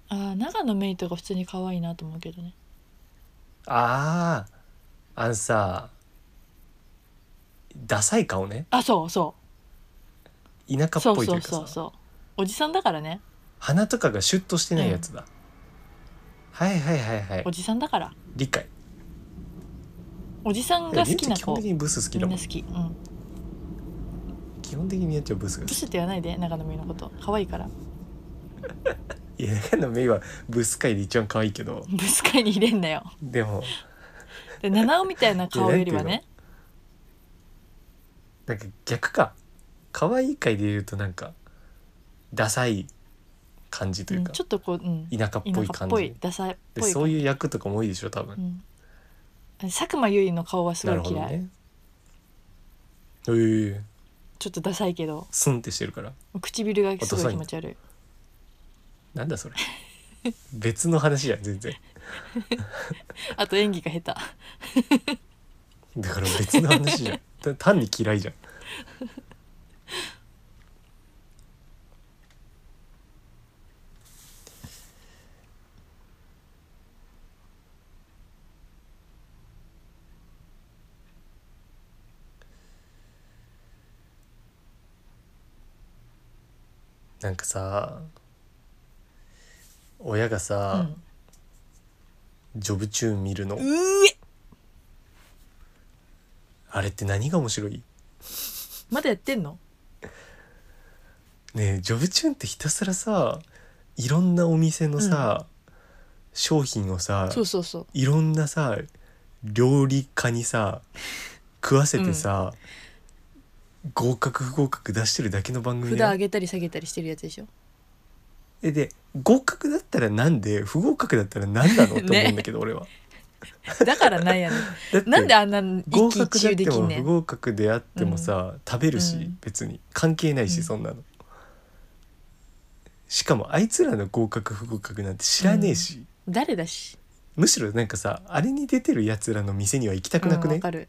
あー長野メイとか普通に可愛いなと思うけどねあああんさダサい顔ねあそうそ田う舎そっぽういというそうかさそうそうおじさんだからね鼻とかがシュッとしてないやつだ、はいはいはいはいおじさんだから理解おじさんが好きな基本子的にブス好きみだんもなん好きうん基本的にやっちゃブスが好ブきスって言わないで長野メイのこと可愛いからいや中のメイはブス界で一番可愛いけどブス界に入れんなよでも *laughs* で七尾みたいな顔よりはねなんか逆か可愛い界で言うとなんかダサい感じといううんか、ちょっとこう、うん、田舎っぽい田舎っ感ぽいじダサいっでぽいそうう、いう役とかも多いでしょ多分、ん、佐久間由衣の顔はすごないるほど嫌い、ねえー、ちょっとダサいけどスンってしてるから唇がすごい気持ち悪いなんだそ *laughs* れ別の話じゃん全然あと演技が下手だから別の話じゃんた *laughs* 単に嫌いじゃんなんかさ親がさ、ジョブチューン見るの、うん、うえあれって何が面白いまだやってんのねえジョブチューンってひたすらさいろんなお店のさ、商品をさそうそうそういろんなさ料理家にさ食わせてさ、合格不合格出してるだけの番組札だ上よげたり下げたりしてるやつでしょえで合格だったらなんで不合格だったら何 *laughs* なのって思うんだけど、俺は。だからなんやねだっんてなんであんな合一喜格一であ憂っでてきもんね不ん合格であってもさ、食べるし、うん別に関係ないし、うんそんなのしかもあいつらの合格不合格なんて知らねえし、誰だしむしろなんかさあれに出てるやつらの店には行きたくなくうんね、わっかる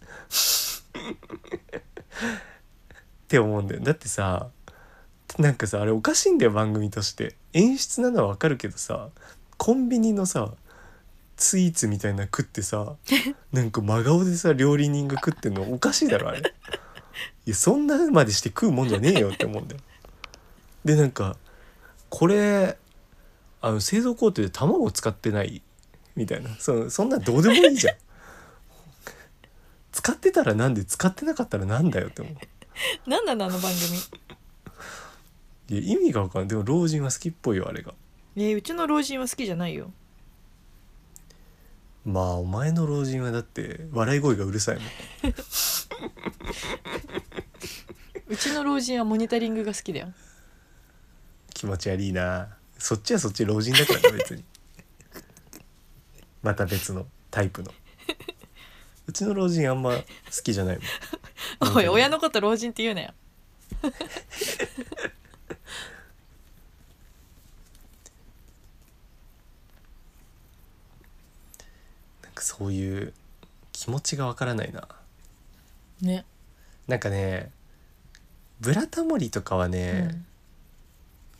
て思うんだよだってさなんかさあれおかしいんだよ番組として演出なのはわかるけどさコンビニのさスイーツみたいな食ってさなんか真顔でさ料理人が食ってんのおかしいだろあれいやそんなまでして食うもんじゃねえよって思うんだよでなんかこれあの製造工程で卵使ってないみたいなそそんなんどうでもいいじゃん使ってたらなんで使ってなかったらなんだよって思う何なのあの番組いや意味が分かんないでも老人は好きっぽいよあれがねえうちの老人は好きじゃないよまあお前の老人はだって笑い声がうるさいもんうちの老人はモニタリングが好きだよ気持ち悪いなそっちはそっち老人だからな別に *laughs* また別のタイプのうちの老人あんま好きじゃないもんおい親のこと老人って言うなよなんかそういう気持ちが分からないなね、なんかね「ブラタモリ」とかはね、うん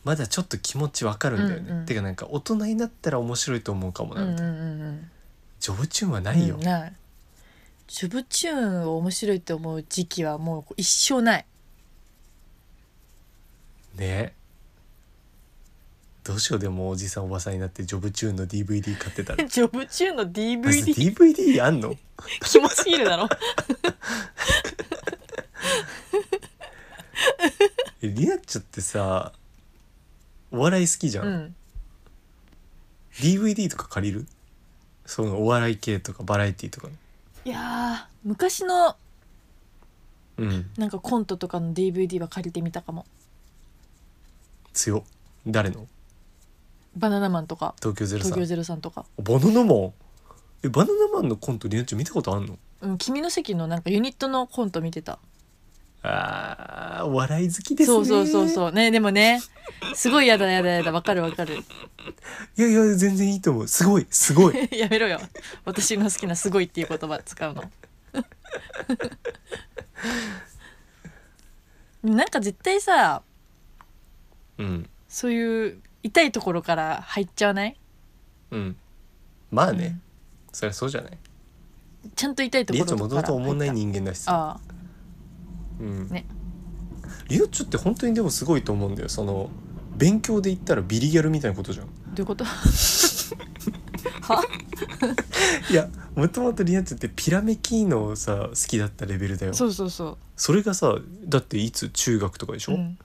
まだちょっと気持ち分かるんだよね、うんうんてかなんか大人になったら面白いと思うかもな、うみんうんたいなうんうんジョブチューンはないよ、うんないジョブチューンを面白いと思う時期はもう一生ないねどうしようでもおじさんおばさんになってジョブチューンの DVD 買ってたら *laughs* ジョブチューンのまず DVD DVD あんの気持ちいいだろえリナッチョってさお笑い好きじゃん、うん、 DVD とか借りるそのお笑い系とかバラエティとかのいやー昔のうんなんかコントとかの DVD は借りてみたかも強っ誰のバナナマンとか東京ゼロ東さ京んゼロさんとか、バナナマンえバナナマンのコントリナッチョ見たことあんのうん、君の席のなんかユニットのコント見てた、あーお笑い好きですねそうそうそうそうねでもねすごいやだやだやだわかるわかる *laughs* いやいや全然いいと思うすごいすごいやめろよ私の好きな「すごい」っていう言葉使うの *laughs* なんか絶対さうんそういう痛いところから入っちゃわないうんまあね、そりゃそうじゃないちゃんと痛いとこリエろッチョもともからとおもんない入っ人間だしさ、ああうんねリエッチョって本当にでもすごいと思うんだよその勉強で言ったらビリギャルみたいなことじゃ *laughs* んどういうことはいやもともとリエッチョってピラメキーノをさ好きだったレベルだよそうそうそそれがさだっていつ中学とかでしう、ょ、うん、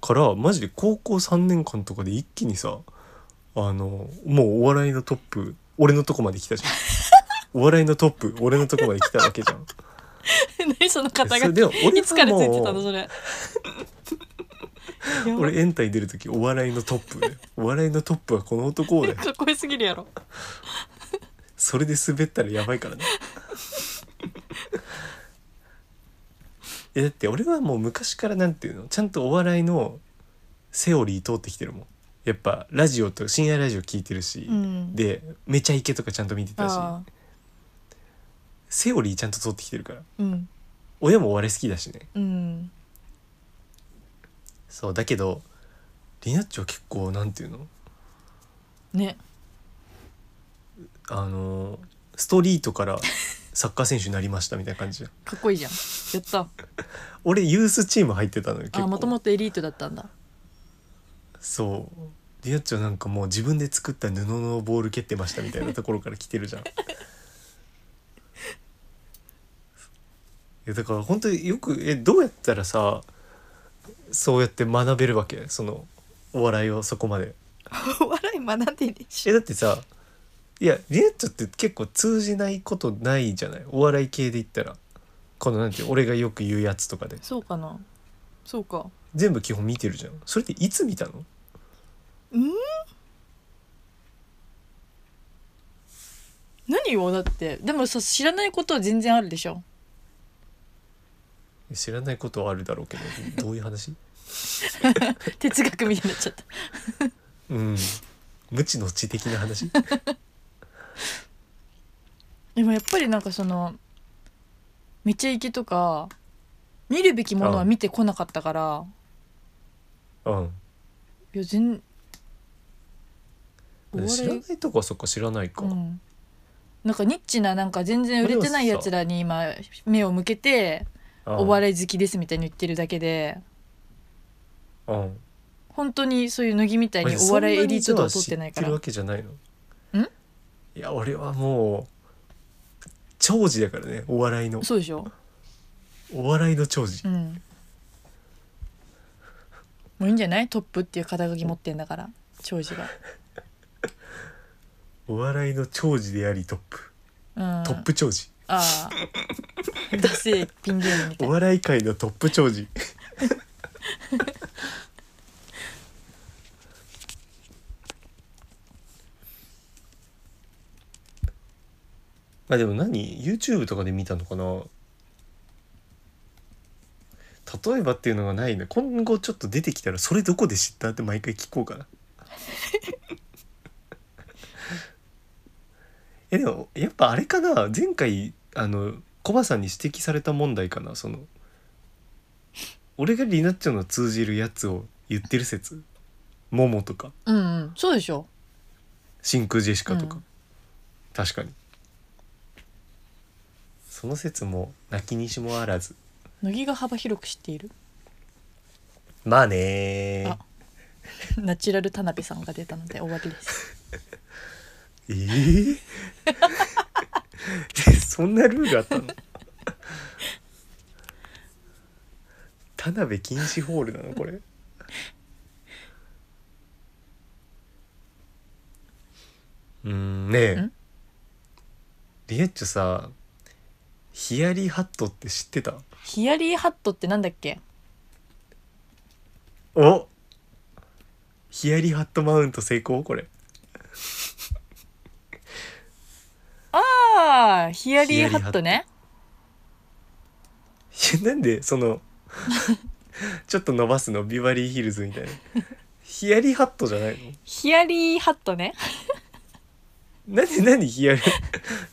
からマジで高校3年間とかで一気にさあのもうお笑いのトップ俺のとこまで来 *laughs* たじゃんお笑いのトップ俺のとこまで来たわけじゃん何そのそ肩書れで俺いつからついはてたのもそうれ *laughs* 俺延滞出る時お笑いのトップだよお笑いのトップはこの男だよかっこよすぎるやろそれで滑ったらやばいからね *laughs* いやだって俺はもう昔からなんていうのちゃんとお笑いのセオリー通ってきてるもんやっぱラジオと深夜ラジオ聞いてるし、うんで「めちゃイケ」とかちゃんと見てたしああセオリーちゃんと通ってきてるからうん親もお笑い好きだしねうんそうだけどリナッチは結構なんていうのねあのストリートからサッカー選手になりましたみたいな感じじゃんかっこいいじゃんやった俺ユースチーム入ってたのよ結あ構もともとエリートだったんだそうリナッチョなんかもう自分で作った布のボール蹴ってましたみたいなところから来てるじゃんいやだから本当によくえどうやったらさそうやって学べるわけそのお笑いをそこまでお *laughs* 笑い学んでいいでしえだってさいやリナッチョって結構通じないことないじゃないお笑い系で言ったらこのなんていう俺がよく言うやつとかでそうかなそうか全部基本見てるじゃんそれっていつ見たの何をだってでもさ知らないことは全然あるでしょ知らないことはあるだろうけどどういう話哲学みたいになっちゃったうん無知の知的な *laughs* 話でもやっぱりなんかその道行きとか見るべきものは見てこなかったからうんいや全お笑い知らないとこはそっか知らないか、うん、なんかニッチななんか全然売れてないやつらに今目を向けておれ笑い好きですみたいに言ってるだけでうん本当にそういう乃木みたいにえお笑いエリート度を取ってないかそんらなにじゃあ知ってるわけじゃないのんいや俺はもう長寿だからねお笑いのそうでしょお笑いの長寿うんもういいんじゃないトップっていう肩書き持ってんだから長寿が、お笑いの長寿でありトップうん、トップ長寿ああダセえピン芸人みたいおな笑い界のトップ長寿 *laughs* まあでも何 YouTube とかで見たのかな例えばっていうのがないね今後ちょっと出てきたらそれどこで知ったって毎回聞こうかなえでもやっぱあれかな前回あのコバさんに指摘された問題かなその俺がリナッチョの通じるやつを言ってる説モモとかうん、うん、そうでしょ真空ジェシカとか、うん確かにその説も泣きにしもあらず乃木が幅広く知っているまあねーあナチュラル田辺さんが出たので終わりですえー *laughs* えそんなルールあったの田辺禁止ホールなのこれうんねえんリエッチョさヒヤリハットって知ってたヒヤリーハットってなんだっけおヒヤリハットマウント成功これああヒヤリーハットねい *laughs* やなんでそのちょっと伸ばすのビバリーヒルズみたいなヒヤリハットじゃないのヒヤリーハットねなんで何ヒヤリ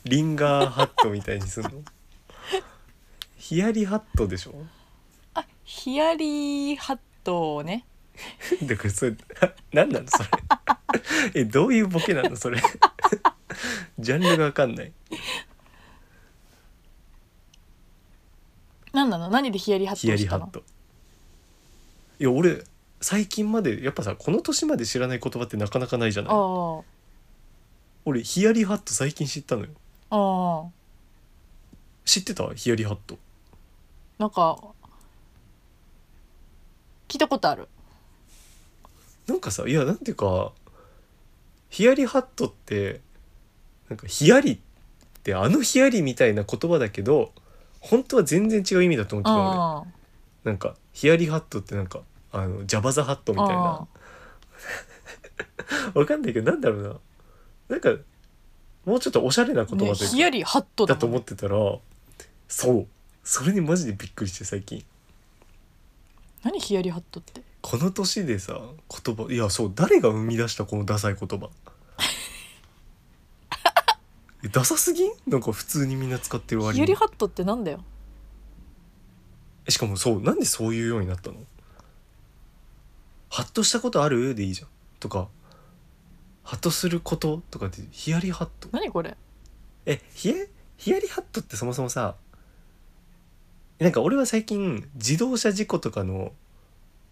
リンガーハットみたいにするのヒヤリハットでしょあヒヤリーハットねだからそれな何なのそれえどういうボケなのそれジャンルが分かんない何なの何でヒヤリーハッヒトヤをリしハたッのトいや俺最近までやっぱさこの年まで知らない言葉ってなかなかないじゃないあ俺ヒヤリハット最近知ったのよあああ知ってたヒヤリハットなんか聞いたことあるなんかさいやなんていうかヒヤリハットってなんかヒヤリってあのヒヤリみたいな言葉だけど本当は全然違う意味だと思ってたのねあなんかヒヤリハットってなんかあのジャバザハットみたいなわかんないけどなんだろうななんかもうちょっとおしゃれなあ、言ね、葉とヒいうヤかリーハットだだと思もんってたらそうそれにマジでびっくりして最近何ヒヤリーハットってこの年でさ言葉いやそう誰が生み出したこのダサい言葉 *laughs* えダサすぎんなんか普通にみんな使ってるヒ割ヤリにーハットってなんだよえしかもそうなんでそういうようになったのハッとしたことあるでいいじゃんとかハッとすることとかってヒヤリハット何これえヒヤヒヤリハットってそもそもさなんか俺は最近自動車事故とかの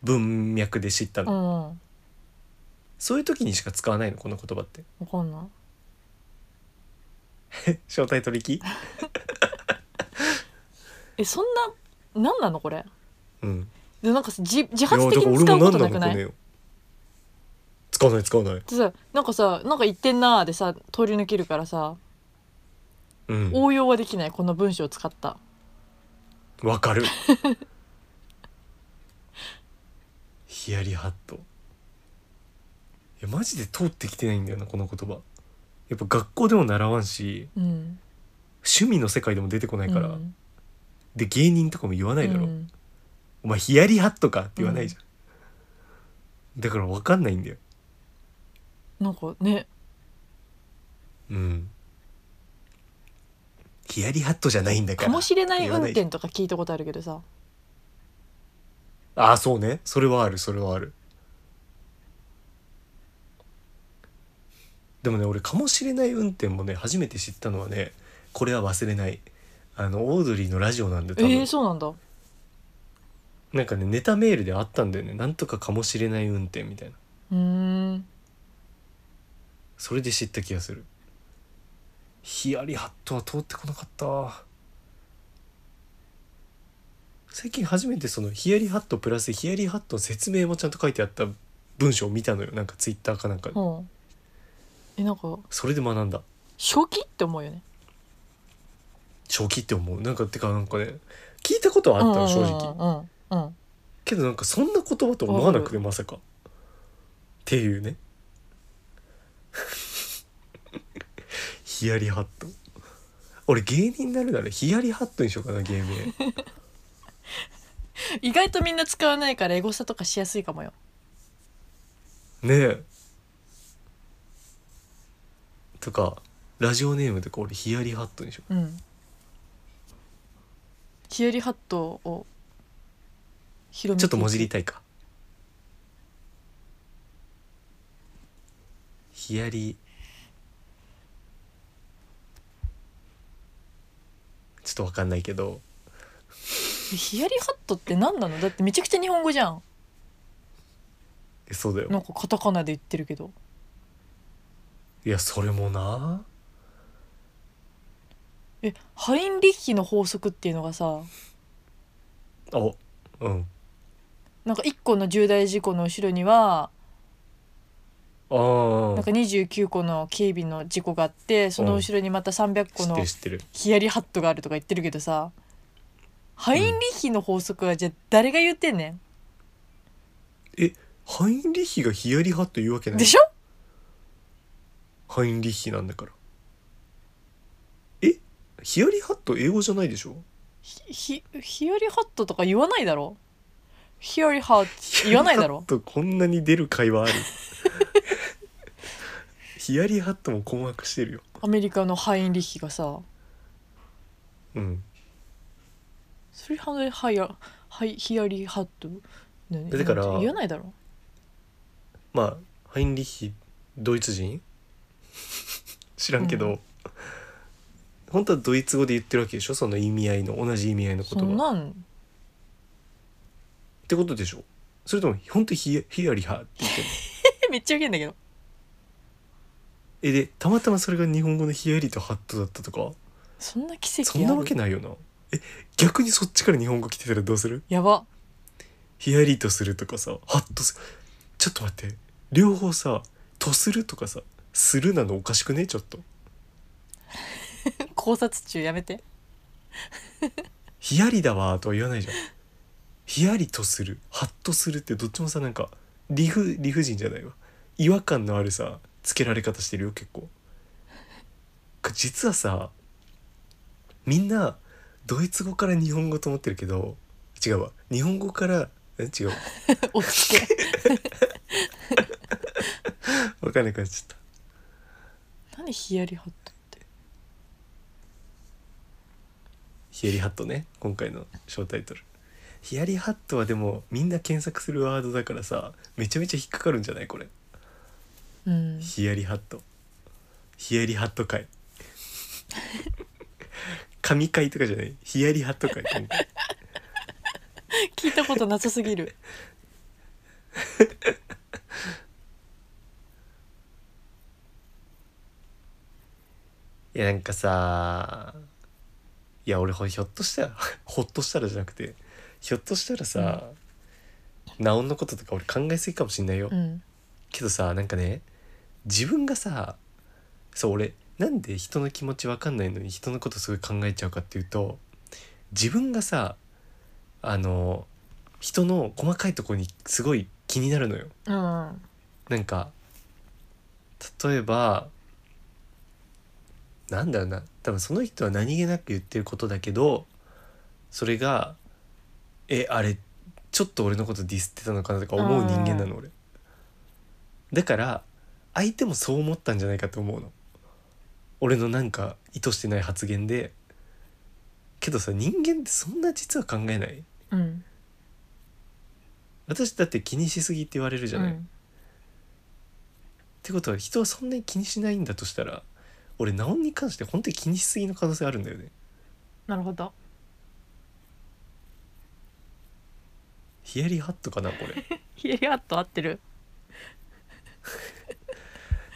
文脈で知ったうの、んわそういう時にしか使わないのこの言葉ってかんない招待取引えそんな何なのこれうんでなんかさ自い自やだ発的からに俺使もうこと何ななのくかないね使わない使わないでさなんかさなんか言ってんなーでさ通り抜けるからさうん応用はできないこの文章を使ったわ *laughs* かるヒヤリハットいやマジで通ってきてないんだよなこの言葉やっぱ学校でも習わんしうん趣味の世界でも出てこないから、うんで芸人とかも言わないだろ、うんお前ヒヤリハットかって言わないじゃん、だから分かんないんだよなんかねうんヒヤリハットじゃないんだからかもしれない言わ運じゃん転とか聞いたことあるけどさああそうねそれはあるそれはあるでもね俺かもしれない運転もね初めて知ったのはねこれは忘れないあのオードリーのラジオなんで多分、えー、そうなんだなんかねネタメールであったんだよねなんとかかもしれない運転みたいなうーんそれで知った気がするヒヤリハットは通ってこなかった最近初めてそのヒヤリハットプラスヒヤリハットの説明もちゃんと書いてあった文章を見たのよなんかツイッターかなんかでほうえなんかそれで学んだ初期って思うよね正気って思うなんかてかなんかね聞いたことはあったの正直直うんうんけどなんかそんな言葉と思わなくてまさかっていうねヒヤリハット俺芸人になるならヒヤリハットにしようかな芸名意外とみんな使わないからエゴサとかしやすいかもよ *laughs* ねえとかラジオネームとか俺ヒヤリハットにしようんヒヤリハットを広うめちょっともじりてたいかヒヤリちょっとわかんないけどヒヤリハットって何なのだってめちゃくちゃ日本語じゃんえそうだよなんかカタカナで言ってるけどいやそれもなえハインリッヒの法則っていうのがさあうんなんか1個の重大事故の後ろにはああなんか29個の警備の事故があってその後ろにまた300個知っのてる知ってるヒヤリハットがあるとか言ってるけどさハインリッヒの法則はじゃあ誰が言ってんねハインリッヒがヒヤリ派というわけんないでしょハインリッヒなんだからえヒヤリハット英語じゃないでしょひヒヤリハットとか言わないだろヒヤリハット言わないだ *laughs* ろヒヤリハットこんなに出る会話ある *laughs* ヒヤリハットも困惑してるよアメリカのハインリッヒがさうんそれハイハヤハイヒヤリハット何だから言わないだろまあハインリッヒドイツ人知らんけど、う本当はドイツ語で言ってるわけでしょその意味合いの同じ意味合いのそ言ん葉なんってことでしょそれとも本当にヒヤヒヤリハって言ってるめっちゃウケんだけどえでたまたまそれが日本語のヒヤリとハットだったとかそんな奇跡そんなわけないないよなえ逆にそっちから日本語来てたらどうするやばヒヤリとするとかさハッとするちょっと待って両方さとするとかさするなのおかしくねちょっと考察中やめて *laughs* ヒヤリだわーとは言わないじゃんヒヤリとするハッとするってどっちもさなんか理不理不尽じゃないわ違和感のあるさつけられ方してるよ結構これ実はさみんなドイツ語から日本語と思ってるけど違うわ日本語からえ違うわ落ち着け分かんなくなっちゃった *laughs* 何ヒヤリハットってヒヤリハットね今回の小タイトルヒヤリハットはでもみんな検索するワードだからさめちゃめちゃ引っかかるんじゃないこれうんヒヤリハットヒヤリハット *laughs* 会神会とかじゃ *laughs* ないヒヤリハット会今回聞いたことなさすぎるいやなんかさいや俺ほひょっとしたらほっとしたらじゃなくてひょっとしたらさ、ナオンのこととか俺考えすぎかもしんないよ、 *laughs* うんけどさなんかね自分がさそう俺なんで人の気持ちわかんないのに人のことすごい考えちゃうかっていうと自分がさあの人の細かいところにすごい気になるのよ。うんなんか例えばなんだろうな多分その人は何気なく言ってることだけどそれがえあれちょっと俺のことディスってたのかなとか思う人間なの俺だから相手もそう思ったんじゃないかと思うの俺のなんか意図してない発言でけどさ人間ってそんな実は考えないうん私だって気にしすぎって言われるじゃない、ってことは人はそんなに気にしないんだとしたら俺ナオンに関して本当に気にしすぎの可能性あるんだよねなるほどヒヤリハットかなこ *laughs* れヒヤリハット合ってる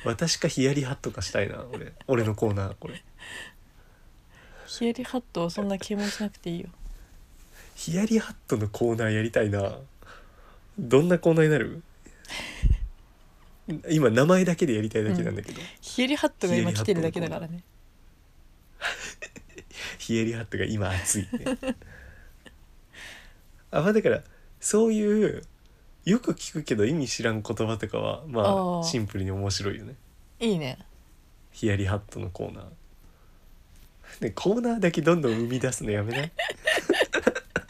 私かヒヤリハットかしたいな俺俺のコーナーこれヒヤリハットをそんな啓蒙しなくていいよヒヤリハットのコーナーやりたいなどんなコーナーになる *laughs* 今名前だけでやりたいだけなんだけど、ヒヤリハットが今来てるだけだからねヒヤリハットが今熱い、ね、あまあだからそういうよく聞くけど意味知らん言葉とかはまああーシンプルに面白いよねいいねヒヤリハットのコーナーでコーナーだけどんどん生み出すのやめない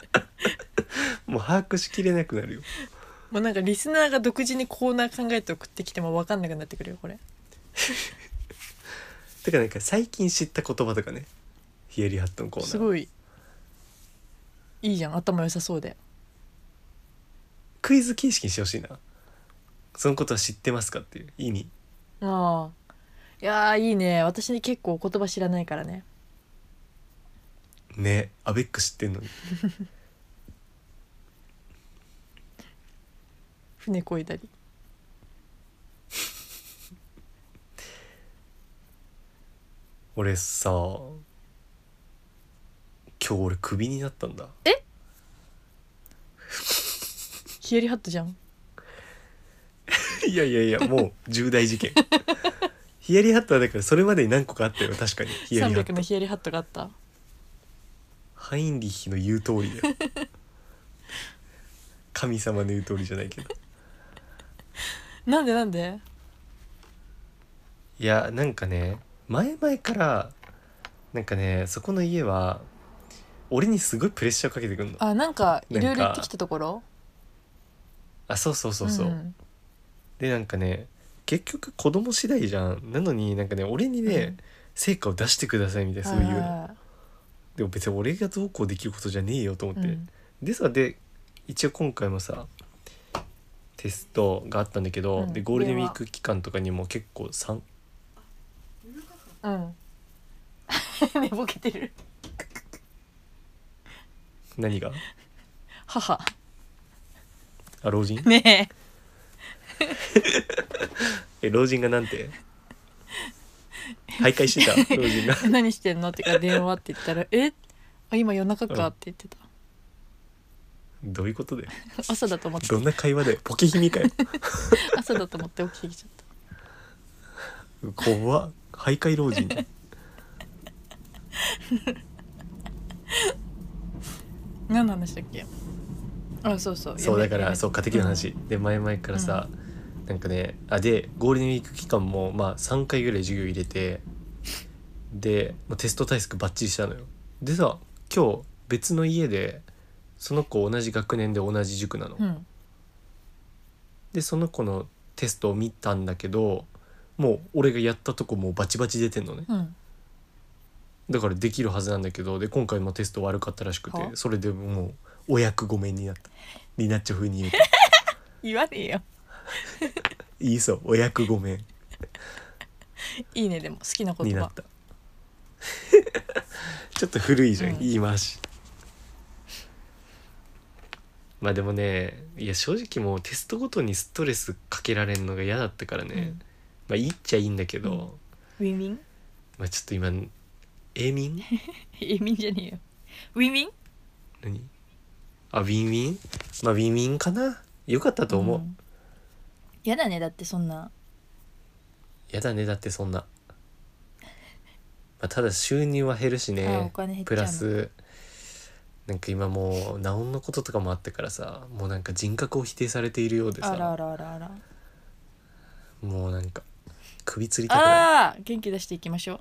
*laughs* もう把握しきれなくなるよもうなんかリスナーが独自にコーナー考えて送ってきても分かんなくなってくるよこれてかなんか最近知った言葉とかねヒヤリハットのコーナーすごいいいじゃん頭良さそうでクイズ形式にしてほしいなそのことは知ってますかっていう意味ああいやーいいね私に結構言葉知らないからねねアベック知ってんのに船こいだり俺さ今日俺クビになったんだ *laughs* ヒヤリハットじゃんいやいやいやもう重大 *laughs* 事件ヒヤリハットはだからそれまでに何個かあったよ確かにヒヤリハッ300トのヒヤリハットがあったハインリッヒの言う通りだよ *laughs* 神様の言う通りじゃないけどなんでなんでいやなんかね前々からなんかねそこの家は俺にすごいプレッシャーかけてくんのああなんかいろいろなん言かってきたところそうそうそうそう、んでなんかね結局子供次第じゃんなのになんかね俺にね、うん成果を出してくださいみたいなすごい言うのあでも別に俺がどうこうできることじゃねえよと思ーって、うんでさで一応今回もさテストがあったんだけど、うんでゴールデンウィーク期間とかにも結構3うん。 *laughs* 寝ぼけてる。何が母。あ老 *laughs* 人ねえ。え老人がなんて徘徊して *laughs* た老人が何してんのってか電話って言ったら「えあ今夜中うんか」って言ってた、どういうことだよ朝だと思ってどんな会話だよポケヒミかよ朝だと思って起きてきちゃった怖っ徘徊老人何の話だっけあそうそうそうだやめからやめそう家的な話、で前々からさ、なんかねあでゴールデンウィーク期間もまあ3回ぐらい授業入れてで、まあ、テスト対策バッチリしたのよでさ今日別の家でその子同じ学年で同じ塾なの、うんでその子のテストを見たんだけどもう俺がやったとこもうバチバチ出てんのねうんだからできるはずなんだけどで今回もテスト悪かったらしくてはそれでもうお役御免になったリナッチョ風に言うと言わねえよいいそうお役御免いいねでも好きなに言な葉った *laughs* ちょっと古いじゃん、うん言い回しまあでもねいや正直もうテストごとにストレスかけられるのが嫌だったからね、うんまあいいっちゃいいんだけど、うんウィンウィンまあちょっと今永 *laughs* 眠移民じゃねえよウィンウィン何あウィンウィンまあウィンウィンかなよかったと思う、んやだねだってそんなやだねだってそんな、まあ、ただ収入は減るしあおね金減っちゃうのプラスなんか今もうナオンのこととかもあったからさもうなんか人格を否定されているようであらあさらあらあらもうなんか首吊りたくないあー元気出していきましょう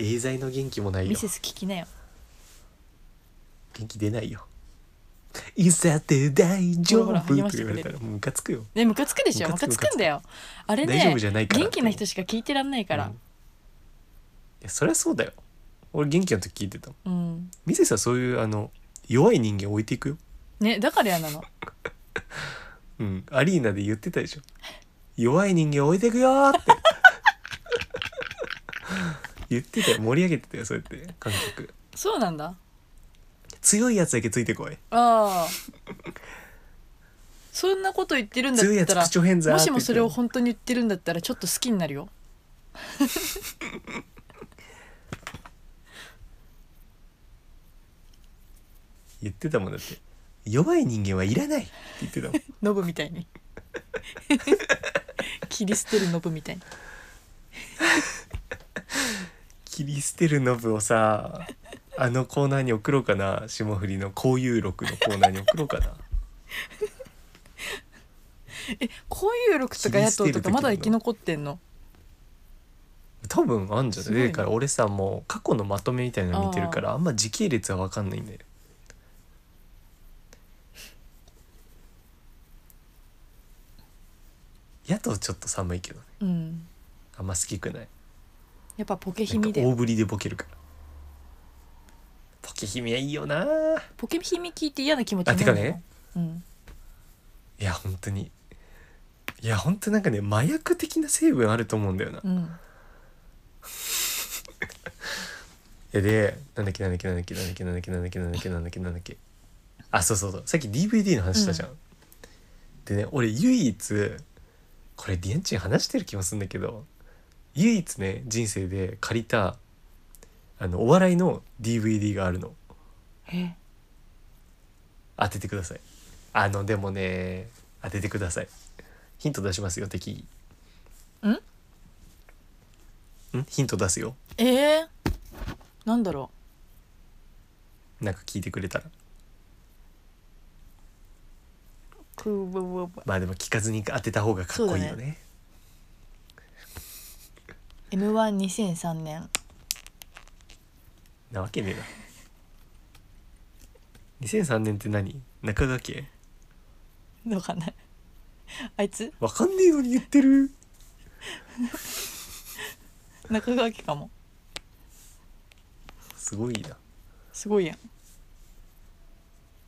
永在の元気もないミよセス聞きなよ元気出ないよいさて大丈ほ夫らとほら励まして言くわれるれたらもうムカつくよねムカつくでしょムムカカつつくくんだよあれね大丈夫じゃないから元気な人しか聞いてらんないからうんいやそりゃそうだよ俺元気な時聞いてたもんうん、ミセスはそういうあの弱い人間置いていくよねだから嫌なのうんアリーナで言ってたでしょ弱い人間置いていくよーって *laughs* 言ってたよ盛り上げてたよそうやって観客そうなんだ強いやつだけついてこいああそんなこと言ってるんだ強いっやたつら口調変座ーもってし言もってそれを本当に言ってるんだったらちょっと好きになるよ言ってたもんだって弱い人間はいらないって言ってた *laughs* もんノブみたい *laughs* に切り捨てるノブみたいに切り捨てるノブをさあのコーナーに送ろうかな霜降りの交友録のコーナーに送ろうかなえこういう力とか野党とかまだ生き残ってんの多分あんじゃすごいなねいだから俺さもう過去のまとめみたいなの見てるからあんま時系列は分かんないんだよ野党ちょっと寒いけどねうんあんま好きくないやっぱポケなヒんかミで大ぶりでボケるからポケ姫はいいよなポケヒミ聞いて嫌な気持ちにあなるてかねのうんいや本当にいや本当なんかね麻薬的な成分あると思うんだよな、いうんやでなんだっけなんだっけなんだっけなんだっけなんだっけなんだっけなんだっけなんだっけなんだっけあそうそうそうさっき DVD の話したじゃん、でね俺唯一これディアンチン話してる気もするんだけど唯一ね人生で借りたあのお笑いの DVD があるのえ当ててくださいあのでもね当ててくださいヒント出しますよ敵んんヒント出すよえー、なんだろなんか聞いてくれたらうくうわうわうわまあでも聞かずに当てた方がかっこいいよそうだね M12003 年なわけねえな2003年って何中川家わかんないあいつわかんねえのに言ってる中川家かもすごいなすごいやん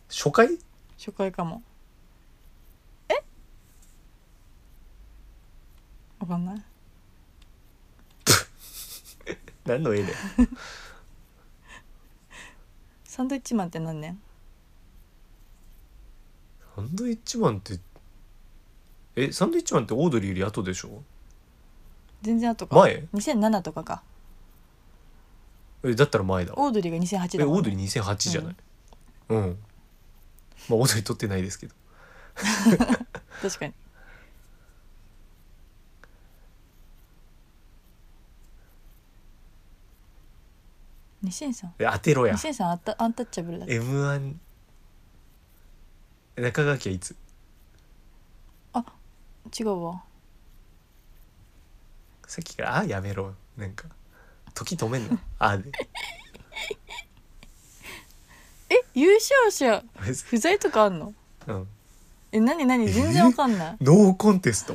初回初回かもえわかんない何の絵だよサンドイッチマンって何年サンドイッチマンってえサンドイッチマンってオードリーより後でしょ全然後か前2007とかかえだったら前だわオードリーが2008えだオもーんドリねー2008じゃないうん、まあオードリー撮ってないですけど確かに2003え当てろや2003アンタアンタッチャブルだ m 1中川家はいつ違うわさっきから「あやめろ」なんか時止めんの「あ」 *laughs* でえ優勝者別不在とかあんのにうんえ何何全然わかんないノーコンテスト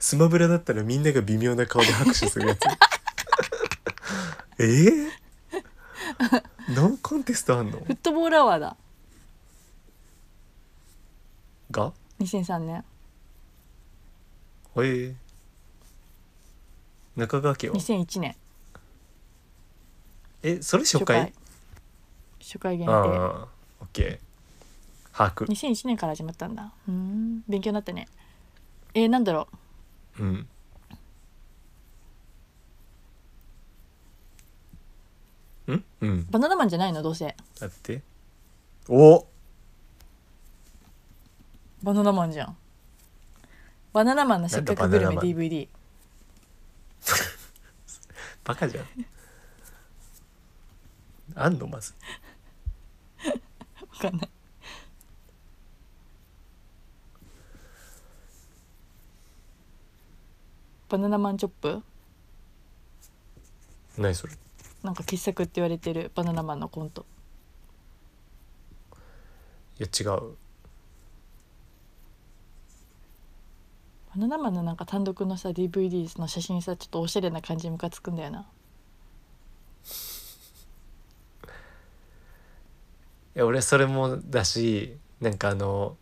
スマブラだったらみんなが微妙な顔で拍手するやつえー、ノーコンテストあんのフットボールアワーだが2003年へえ中川家は2001年えそれ初回初回限定ああ、オッケー。把握。 2001年から始まったんだうーん勉強になったねえー、なんだろううん。んうん。バナナマンじゃないのどうせだって。おバナナマンじゃんバナナマンのせっかくグルなメんだバナナマン DVD バカじゃん。 *laughs* あんのまず。わかんないバナナマンチョップ何それなんか傑作って言われてるバナナマンのコントいや違うバナナマンのなんか単独のさ DVD の写真さちょっとおしゃれな感じにムカつくんだよないや俺それもだしなんかあの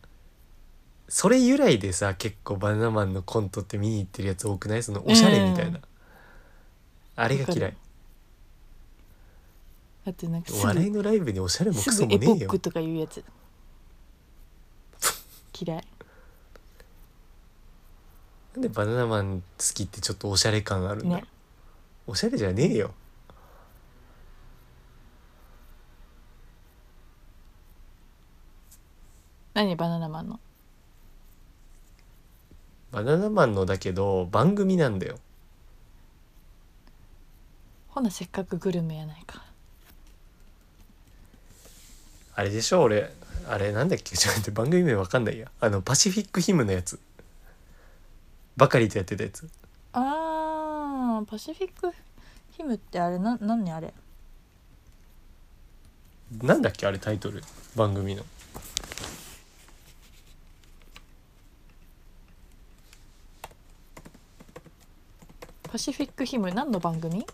それ由来でさ結構バナナマンのコントって見に行ってるやつ多くないそのおしゃれみたいな、うんあれが嫌わいかるだってなんかおす笑いぐのライブにおしゃれもクすソもぐエねポえッよクとかいうやつ嫌いなんでバナナマン好きってちょっとおしゃれ感あるんだろう、ねおしゃれじゃねえよ何バナナマンのバナナマンのだけど番組なんだよほなせっかくグルメやないかあれでしょ俺あれなんだっけちょっと待って番組名わかんないやあのパシフィックヒムのやつばかりとやってたやつあーパシフィックヒムってあれな何あれなんだっけあれタイトル番組のパシフィックヒム何の番組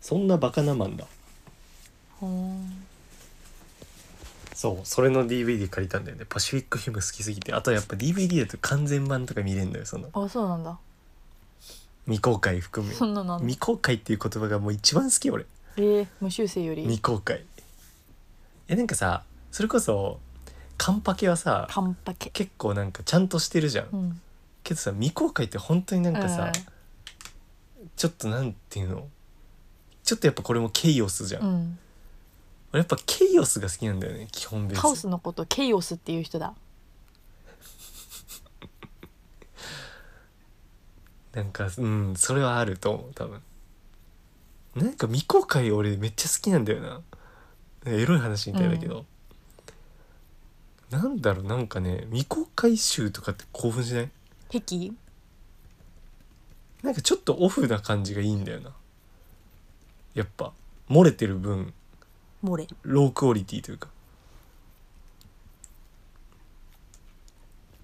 そんなバカなマンだほーんそうそれの DVD 借りたんだよねパシフィックヒム好きすぎてあとやっぱ DVD だと完全版とか見れんだよそのあそうなんだ未公開含めそんなのあんの未公開っていう言葉がもう一番好き俺えー、無修正より未公開えなんかさそれこそカンパケはさカンパケ結構なんかちゃんとしてるじゃん、うんけどさ未公開って本当になんかさ、うちょっとなんていうのちょっとやっぱこれもケイオスじゃん、んうん、俺やっぱケイオスが好きなんだよね基本ベースカオスのことケイオスっていう人だなんかうんそれはあると思う多分なんか未公開俺めっちゃ好きなんだよなエロい話みたいだけど、なんだろうなんかね未公開集とかって興奮しないヘキなんかちょっとオフな感じがいいんだよなやっぱ漏れてる分モレロークオリティというか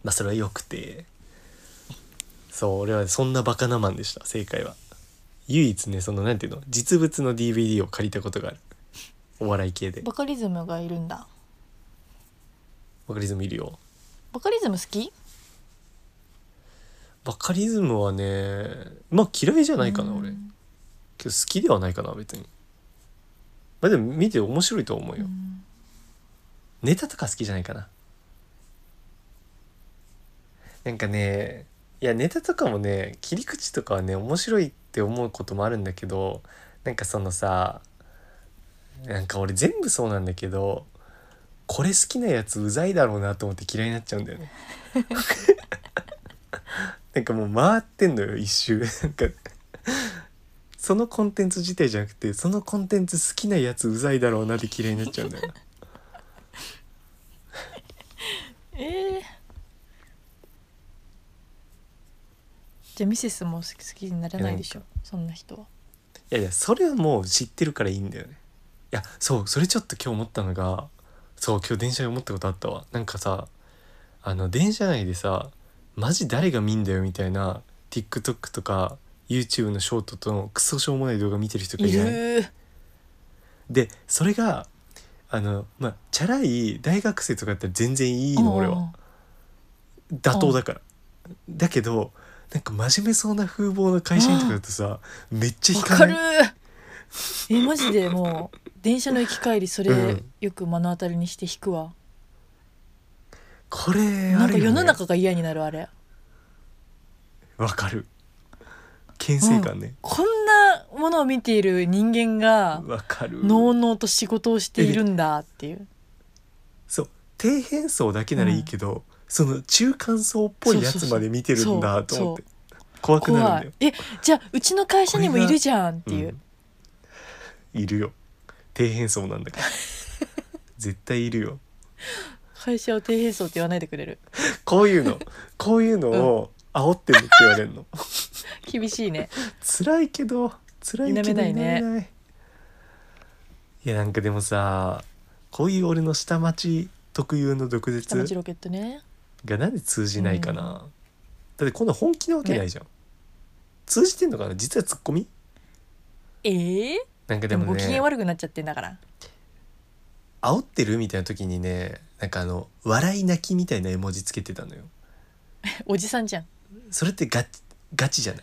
まあそれはよくてそう俺はそんなバカなマンでした正解は唯一ねそのなんていうの実物の DVD を借りたことがあるお笑い系でバカリズムがいるんだバカリズムいるよバカリズム好きバカリズムはねまあ嫌いじゃないかなうん俺けど好きではないかな別にまあでも見て面白いと思うようんネタとか好きじゃないかななんかねいやネタとかもね切り口とかはね面白いって思うこともあるんだけどなんかそのさなんか俺全部そうなんだけどこれ好きなやつうざいだろうなと思って嫌いになっちゃうんだよねなんかもう回ってんのよ一周なんかそのコンテンツ自体じゃなくてそのコンテンツ好きなやつうざいだろうなって嫌いになっちゃうんだよなえー、じゃあミセスも好き好きにならないでしょそんな人はいやいやそれはもう知ってるからいいんだよねいやそうそれちょっと今日思ったのがそう今日電車で思ったことあったわなんかさあの電車内でさマジ誰が見んだよみたいな TikTok とか YouTube のショートとのクソしょうもない動画見てる人がいいないるでそれがあのまあチャラい大学生とかだったら全然いいいの俺は妥当だからだけどなんか真面目そうな風貌の会社員とかだとさめっちゃわ引かかるないえマジでもう電車の行き帰りそれ、うんよく目の当たりにして引くわこれなあんるかよ、ね、世の中が嫌になるあれわかる牽制感ねこんなものを見ている人間がわ、かるのうのうと仕事をしているんだっていうそう底辺層だけならいいけど、その中間層っぽいやつまで見てるんだと思ってそう怖くな怖るんいだえじゃあうちの会社にもいるじゃんっていよ、う、うん、いるよ底辺層なんだから絶対いるよ会社を低変層って言わないでくれる *laughs* こういうのこういうのを煽ってるって言われるの、厳しいね辛いけど辛いけど否めな否めいねないいやなんかでもさこういう俺の下町特有の毒下町舌ロケットねがなんで通じないかな、だってこんな本気なわけないじゃん、通じてんのかな実はツッコミええなんかででももご機嫌ね悪くなっちゃってんだから煽ってるみたいな時にねなんかあの笑い泣きみたいな絵文字つけてたのよおじさ *laughs* んじゃんそれってガチガチじ *laughs* ゃない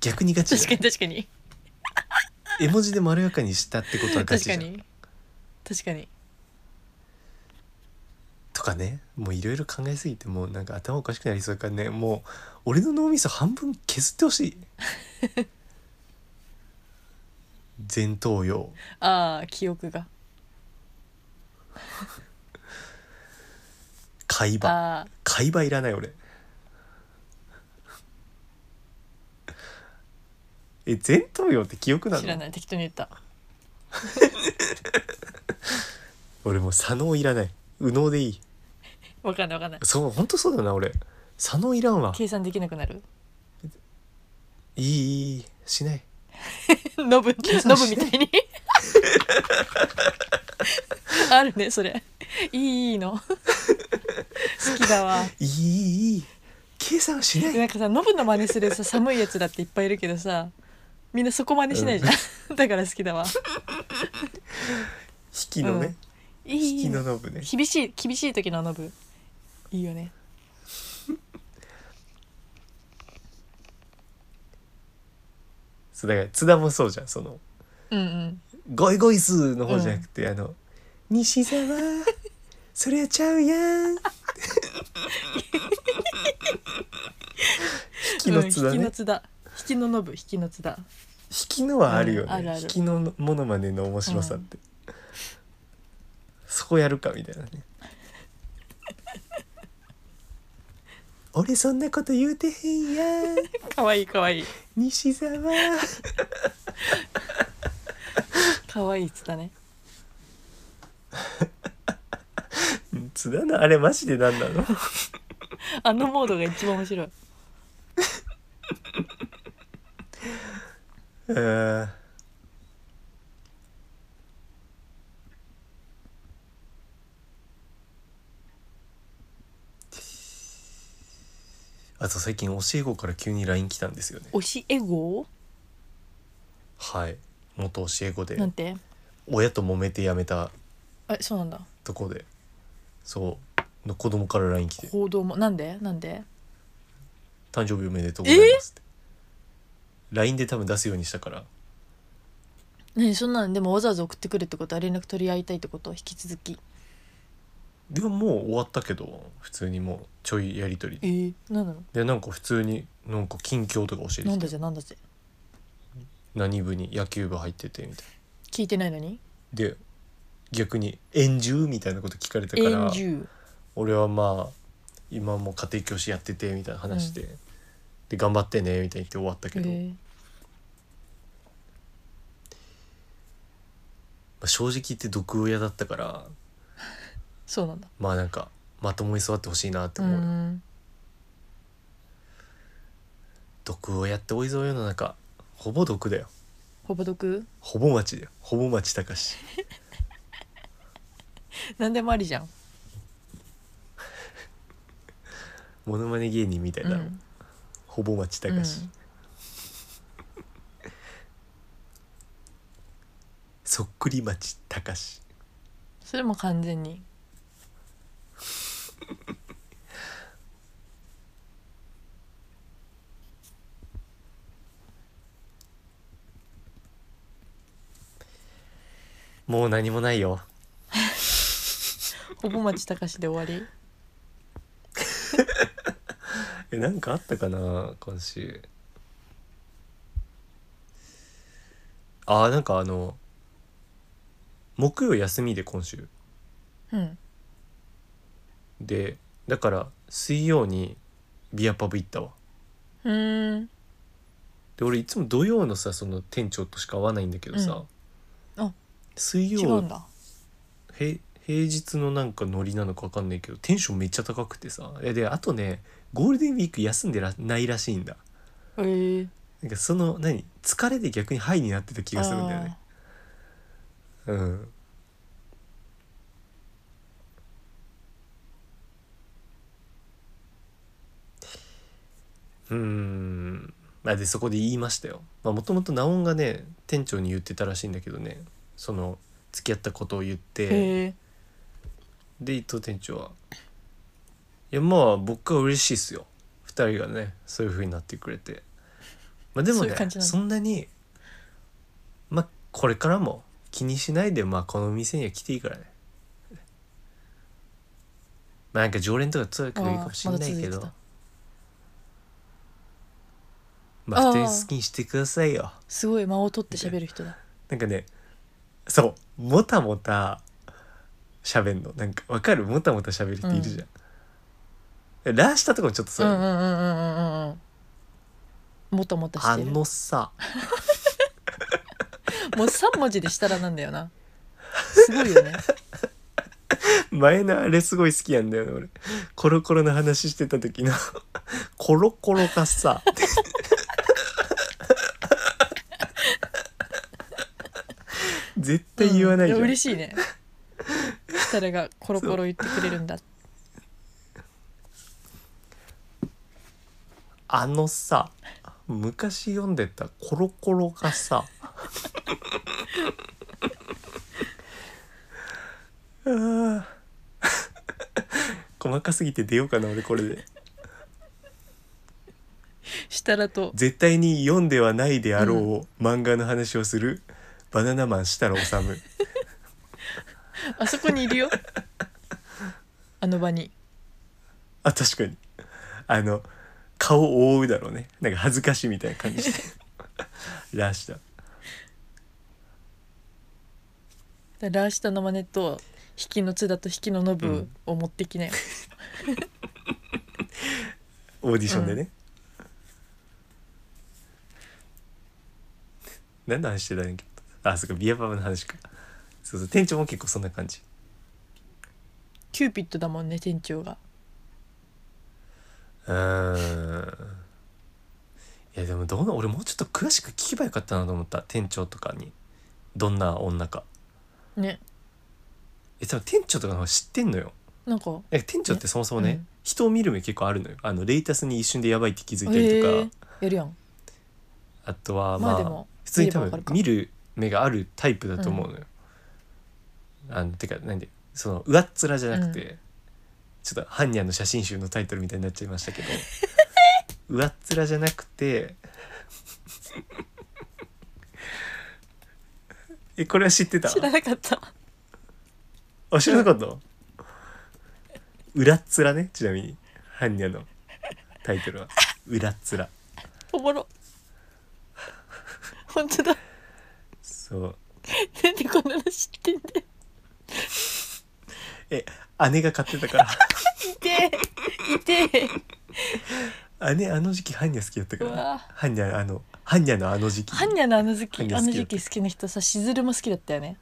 逆にガチ確じゃかなにい確かに絵文字でまろやかにしたってことはガチじ確かゃんに確かにとかねもういろいろ考えすぎてもうなんか頭おかしくなりそうだからねもう俺の脳みそ半分削ってほ *laughs* しい前頭葉ああ記憶が海馬ああ海馬いらない俺え前頭葉って記憶な知らのない適当に言った俺もう左脳いらない右脳でいいわかんないわかんないそう本当そうだな俺左脳いらんわ計算できなくなるいいいいしない *laughs* ノブノ算ブしみなたいいに *laughs* あるねそれいいいいの好きだわいいいいいい計算しないなんかさノブの真似するさ寒いやつだっていっぱいいるけどさみんなそこ真似しないじゃん、 *laughs* だから好きだわ引きのね、いい引いいきののノブね厳しい厳しい時のノブいいよねそうだから津田もそうじゃんそのうんうん「ゴイゴイスー」の方じゃなくて、あの「西沢それちゃうや *laughs* ん」引きの津田うん、引きねの津田引きのノブ引きの津田引きのはあるよね、うんあるある引きのものまねの面白さって、そこやるかみたいなね *laughs* 俺そんなこと言うてへんやんかわいいかわいい西沢かわいい津田ね津田のあれマジで何な *laughs* のあのモードが一番面白いうんあと最近教え子から急に LINE 来たんですよね推しエゴはい元教え子でなんて親と揉めて辞めたあそうなんだとこでそうの子供から LINE 来て報道もなんでなんで「誕生日おめでとうございます」って LINE で多分出すようにしたからねえそんなんでもわざわざ送ってくるってことは連絡取り合いたいってこと引き続きでももう終わったけど普通にもうちょいやり取りでええなんだろでなんか普通になんか近況とか教えうなてんきだてぜなんだぜ何部に野球部入っててみたいな聞いてないのにで逆に「円柱」みたいなこと聞かれたから円獣俺はまあ今もう家庭教師やっててみたいな話で、で頑張ってねみたいに言って終わったけど、えまあ正直言って毒親だったからえそうなんだまあなんかまともに育ってほしいなってう思う、ん毒をやって多いぞ世の中ほぼ毒だよほぼ毒ほぼ町だよほぼ町たかしなんでもありじゃんモノマネ芸人みたいだろ、うんほぼ町たかし、うんそっくり町たかしそれも完全にもう何もないよほぼ町たかしで終わりえなんかあったかな今週あーなんかあの木曜休みで今週うんでだから水曜にビアパブ行ったわうーんで俺いつも土曜のさその店長としか会わないんだけどさ、うんあ水違うん曜だへ平日のなんかノリなのか分かんないけどテンションめっちゃ高くてさえであとねゴールデンウィーク休んでらないらしいんだえー、なんかその何疲れで逆にハイになってた気がするんだよねうんうーんまあでそこで言いましたよもともとナオンがね店長に言ってたらしいんだけどねその付き合ったことを言っあて、ーへえで伊藤店長は「いやまあ僕は嬉しいっすよ2人がねそういう風になってくれてまあでもそういねうそ感じなんだんなにまあこれからも気にしないでまあこの店には来ていいからねまあなんか常連とかつらくいいかもしれないけどあーまだ続いてたまああー普通に好きにしてくださいよすごい間を取って喋る人だなんかねそうもたもた喋んのなんかわかるもたもた喋る人いるじゃん、ラーしたとこもちょっとそうれ、んうんうんうんうんうんもたもたしあてるのさもう3文字でしたらなんだよなすごいよね前のあれすごい好きなんだよね俺コロコロの話してた時のコロコロが *laughs* さ絶対言わないじゃ、うんんや嬉しいね設楽がコロコロ言ってくれるんだあのさ昔読んでた「コロコロ」がさ *laughs* あー細かすぎて出ようかな俺これで設楽と絶対に読んではないであろう漫画の話をする、バナナマン設楽治あそこにいるよあの場にあ確かにあの顔を覆うだろうねなんか恥ずかしいみたいな感じして *laughs* らしただからラーシタの真似と引きの津田と引きのノブを持ってきなよ、オーディションでね、何の話してたんやっけあそっかビアパブの話かそうそう店長も結構そんな感じキューピッドだもんね店長がうーんいやでもどんな俺もうちょっと詳しく聞けばよかったなと思った店長とかにどんな女かねえ多分店長とかの方が知ってんのよなんかえ店長ってそもそもねうん人を見る目結構あるのよあのレイタスに一瞬でやばいって気づいたりとか、えーやるやんあとはままあ、あでも普通に見多ればわか分るか見る目があるタイプだと思うのよ。あのてかなんでその上っ面じゃなくて、ちょっと般若の写真集のタイトルみたいになっちゃいました *laughs* けど上っ面じゃなくてえこれは知ってた知らなかったあ知らなかった、裏っ面ねちなみに般若のタイトルは「裏っ面」。おもろ本当だそうなんでこんなの知ってんだよえ姉が買ってたから。痛え痛えあね、あの時期ハンニャ好きだったかうらわハンニャあのハンニャのあの時期ハン好ニャのあの時ハン期ニャあ好きだのった時期好きな人さしずるも好きだったよね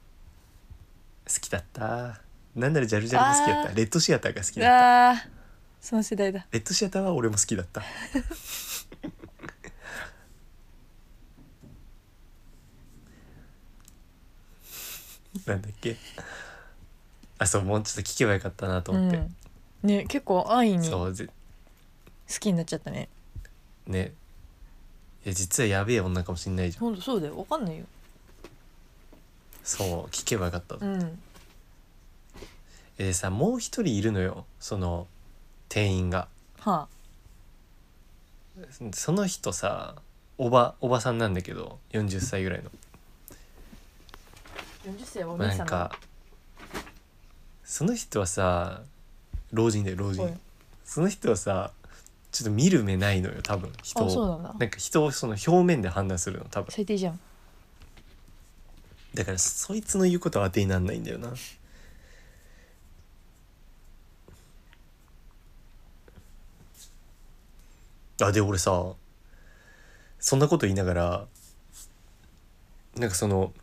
きだったなんならジャルジャルも好きだっあたーレッドシアターが好きだったあーその世代だレッドシアターは俺も好きだった *laughs* なんだっけあそうもうちょっと聞けばよかったなとう思って、んね結構安易に好そうぜきになっちゃったねねいや実はやべえ女かもしんないじゃんほんとそうだよわかんないよそう聞けばよかった、うんえでさもう一人いるのよその店員がはその人さおばおばさんなんだけど40歳ぐらいの、あ40歳はお姉なさんんだかその人はさ老人だよ老おい人その人はさちょっと見る目ないのよ多分人あそうをなんだなんか人をその表面で判断するの多分最低じゃんだからそいつの言うことは当てになんないんだよなあで俺さそんなこと言いながらなんかその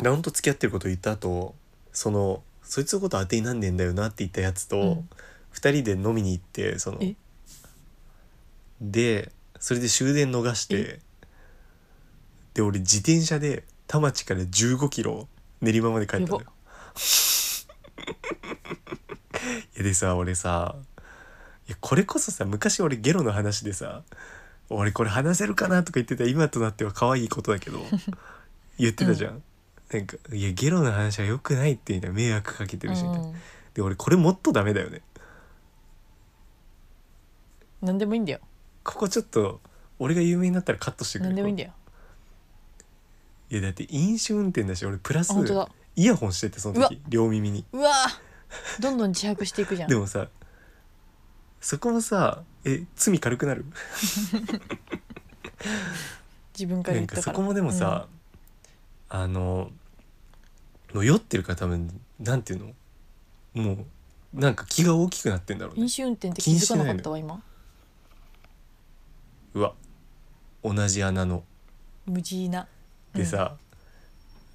ラウンと付き合ってること言った後そのそいつのこと当てになんねえんだよなって言ったやつうとん二人で飲みに行ってそのえでそれで終電逃してで俺自転車で田町から1 5キロ練馬まで帰ったんだよ。や *laughs* いやでさ俺さいやこれこそさ昔俺ゲロの話でさ俺これ話せるかなとか言ってた今となっては可愛いことだ *laughs* けど言ってたじゃん。なんかいやゲロの話は良くないってみたいな迷惑かけてるしみたいな、うんで俺これもっとダメだよね何でもいいんだよここちょっと俺が有名になったらカットしてくれ何でもいいんだよいやだって飲酒運転だし俺プラスあ本当だイヤホンしててその時両耳にうわーどんどん自白していくじゃんでもさそこもさえ罪軽くなる自分からなん言っかたかそらこもでもさ、あのもう酔ってるから多分なんていうのもうなんか気が大きくなってんだろううんね飲酒運転って気づかなかったわ今うわ同じ穴の無事なでさ、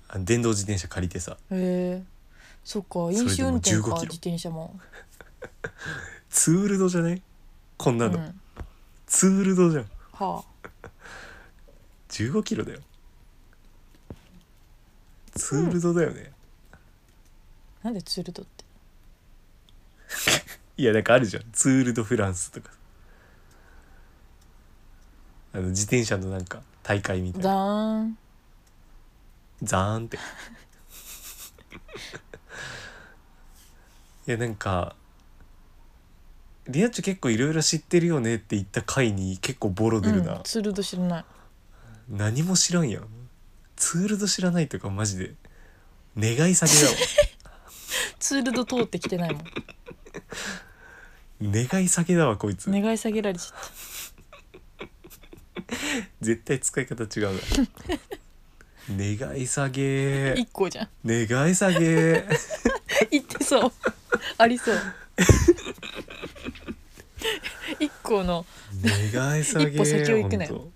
あ電動自転車借りてさへえそっか飲酒運転それでも15キかロ自転車もツールドじゃないこんなうの、んツールドじゃんは1 5キロだよツールドだよね、あなんでツールドっていやなんかあるじゃんツール・ド・フランスとかあの自転車のなんか大会みたいなだーんザーンっていやなんかリアッチョ結構いろいろ知ってるよねって言った回に結構ボロ出るな、うんツールド知らない何も知らんやんツールド知らないとかマジで願い下げだわツールド通ってきてないもん願い下げだわこいつ願い下げられちゃっ絶対使い方違うな *laughs* 願い下げた一個じゃん *laughs* 願い下げ言ってそうありそう *laughs* 一個の願い下げ一歩先を行くなよ本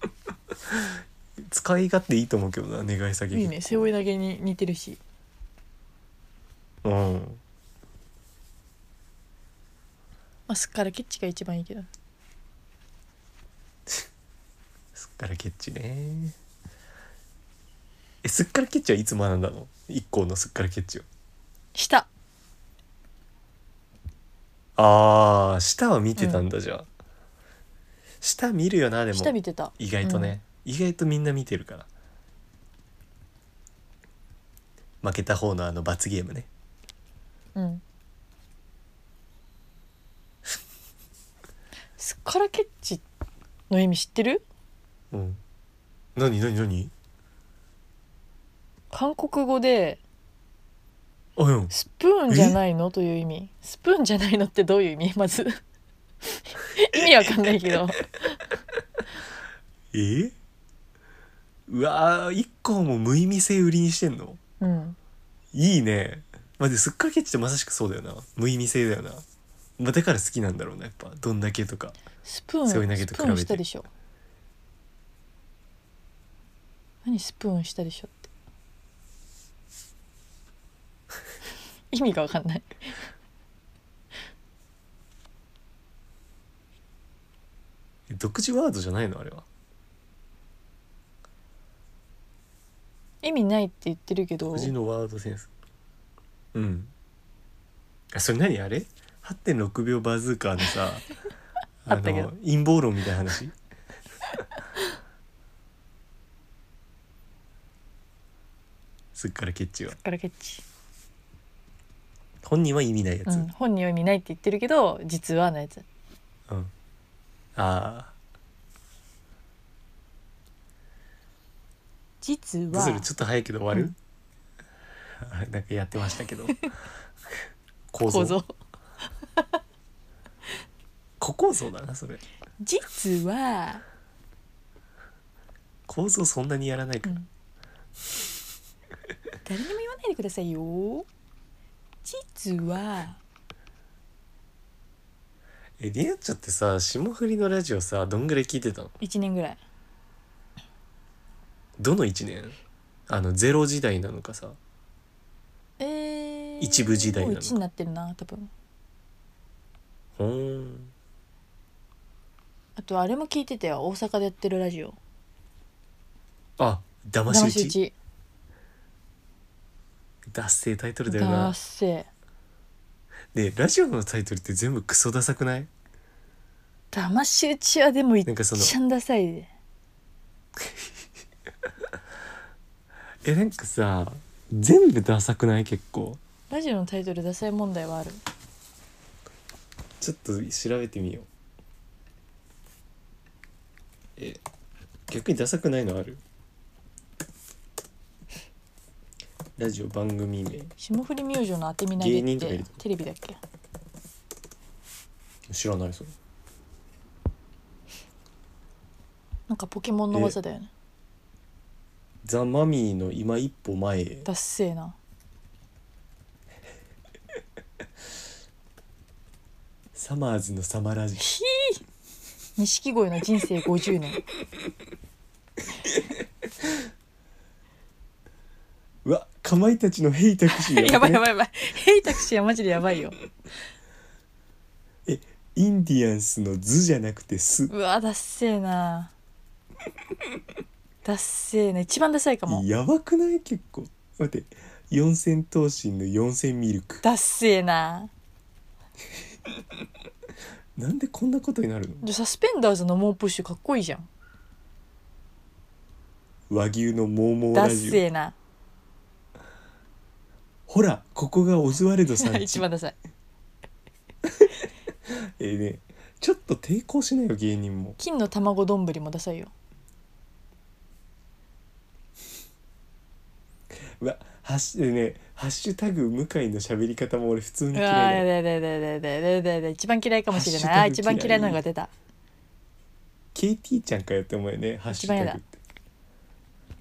当使い勝手いいと思うけどな願い下げいいね背負い投げに似てるしうんまあすっからケッチが一番いいけどすっからけっちねえすっからけっちはいつ学んだの一行のすっからけっちを下あー舌は見てたんだ、じゃあ舌見るよなでも下見てた意外とね、意外とみんな見てるから負けた方のあの罰ゲームねうん *laughs* すっからケッチの意味知ってるうん何何何韓国語であうんスプーンじゃないのという意味スプーンじゃないのってどういう意味 *laughs* まず意味わかんないけどえーうわー一個も無意味性売りにしてんのうんいいねまあですっかけっちってまさしくそうだよな無意味性だよな、まあ、だから好きなんだろうなやっぱどんだけとかスプー背負い投ンげスとプ比べてーンしたでしょ何スプーンしたでしょって意味がわかんないえ独自ワードじゃないのあれは意味ないって言ってるけど独自のワードセンスうんあそれ何あれ8.6秒バズーカーのさ *laughs* ああったけのど陰謀論みたいな *laughs* 話すっからけっちはからケッチ、本人は意味ないやうつ、ん、本人は意味ないって言ってるけど実はのやつうん、あ実ーどうはするちょっと早いけど終わる、 *laughs* なんかやってましたけど構造構造小構造だなそれ実は構造そんなにやらないから、うん誰にも言わないでくださいよ実はえリアッチョってさ霜降りのラジオさどんぐらい聞いてたの1年ぐらいどの1年あのゼロ時代なのかさえー、一部時代なものうか1になってるな多分ほーんあとあれも聞いてたよ大阪でやってるラジオあ騙し騙討しち討ちダッセータイトルだよだなっせでラジオのタイトルって全部クソダサくない騙し討ちはでもいっなんかそのちゃんダサいでえなんかさ全部ダサくない結構ラジオのタイトルダサい問題はあるちょっと調べてみようえ逆にダサくないのあるラジオ番組名霜降り明星の当て身投げ芸人っとかいてるテレビだっけ知らないそれなんかポケモンの技だよねザ・マミーの今一歩前へダッセーなサマーズのサマラジ錦鯉の人生50年 *laughs* うわかまいたちのヘイタクシー *laughs* やばいやいばいやばいヘイタクシーはマジでやばいよインディアンスのズじゃなくてスうわダッセーなダッセーな一番ダサいかもやばくない結構待って四千頭身の四千ミルクダッセーななんでこんなことになるのでサスペンダーズの猛プッシュかっこいいじゃん和牛のモーモーダラッジオセーなほらここがオズワルドさん *laughs* 一ち番ダサいえーねちょっと抵抗しないよ芸人も金の卵丼もダサいようわハッシュでねハッシュタグ向井の喋り方も俺普通にうわ嫌いだよーやだやだやだやだやだやだやだやだ一番嫌いかもしれないあハッーシ一ュタグ嫌番い嫌いなのが出た KT ちゃんかよって思うよねハッシュタグって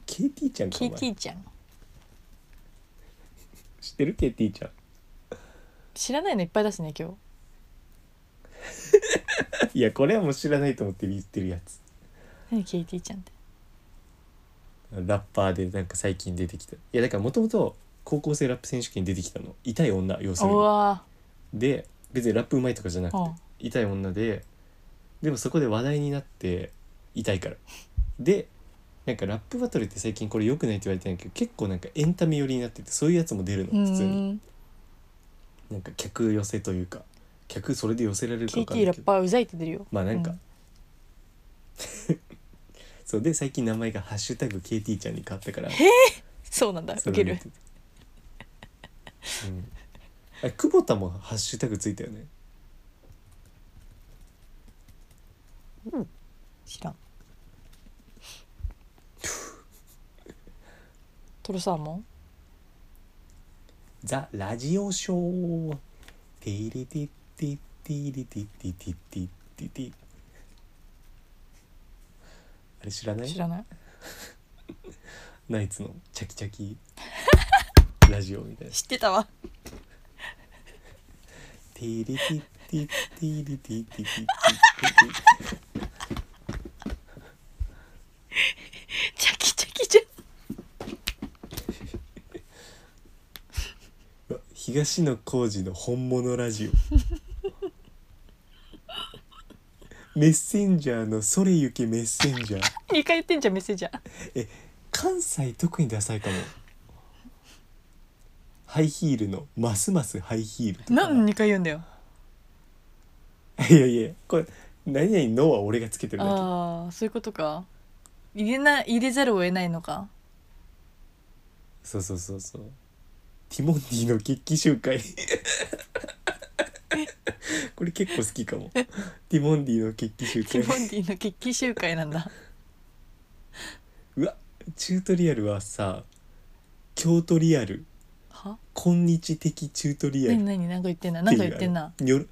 KT ちゃんかお前 KT ちゃん知ってる KT ちゃん知らないのいっぱい出すね今日いやこれはもう知らないと思って言ってるやつ何 KT ちゃんってラッパーでなんか最近出てきたいやだからもともと高校生ラップ選手権に出てきたの痛い女要すうるにわで別にラップうまいとかじゃなくてーうん痛い女ででもそこで話題になって痛いからでなんかラップバトルって最近これ良くないって言われてないけど結構なんかエンタメ寄りになっててそういうやつも出るのう普通にーんなんか客寄せというか客それで寄せられるか分かんな KT いラけッどパーうざいって出るよまあなんか、うん *laughs* そうで最近名前が「ハッシュタグ #KT ちゃん」に変わったからそうなんだそウれケを見るててうんあ久保田もハッシュタグついたよね知らんトロサーモン「ザ・ラジオショー」「ティリティッティッティリティッティッティッティッティッティッ」あれ知らない知らないナイツのチャキチャ *laughs* キラジオみたいな知ってたわ「ティリティッティッティリティッティッティッティッティッティッ」チャキチャキじゃんうわ東野幸治の本物ラジオ *laughs* メッセンジャーの「それゆけメッセンジャー2回言ってんじゃんメッセージャー」関西特にダサいかもハイヒールの「ますますハイヒール」とか何2回言うんだよいやいやこれ「何々の」は俺がつけてるだああそういうことか入れな入れざるを得ないのかけそうそうそうそうティモンディの決起集 *laughs* 会これ結構好きかもティモンディの決起集会ティモンディの決起集会なんだうわチュートリアルはさ京都リアルは今日的チュートリアル何っ何何か言ってんなてい何うか言ってんなあのよ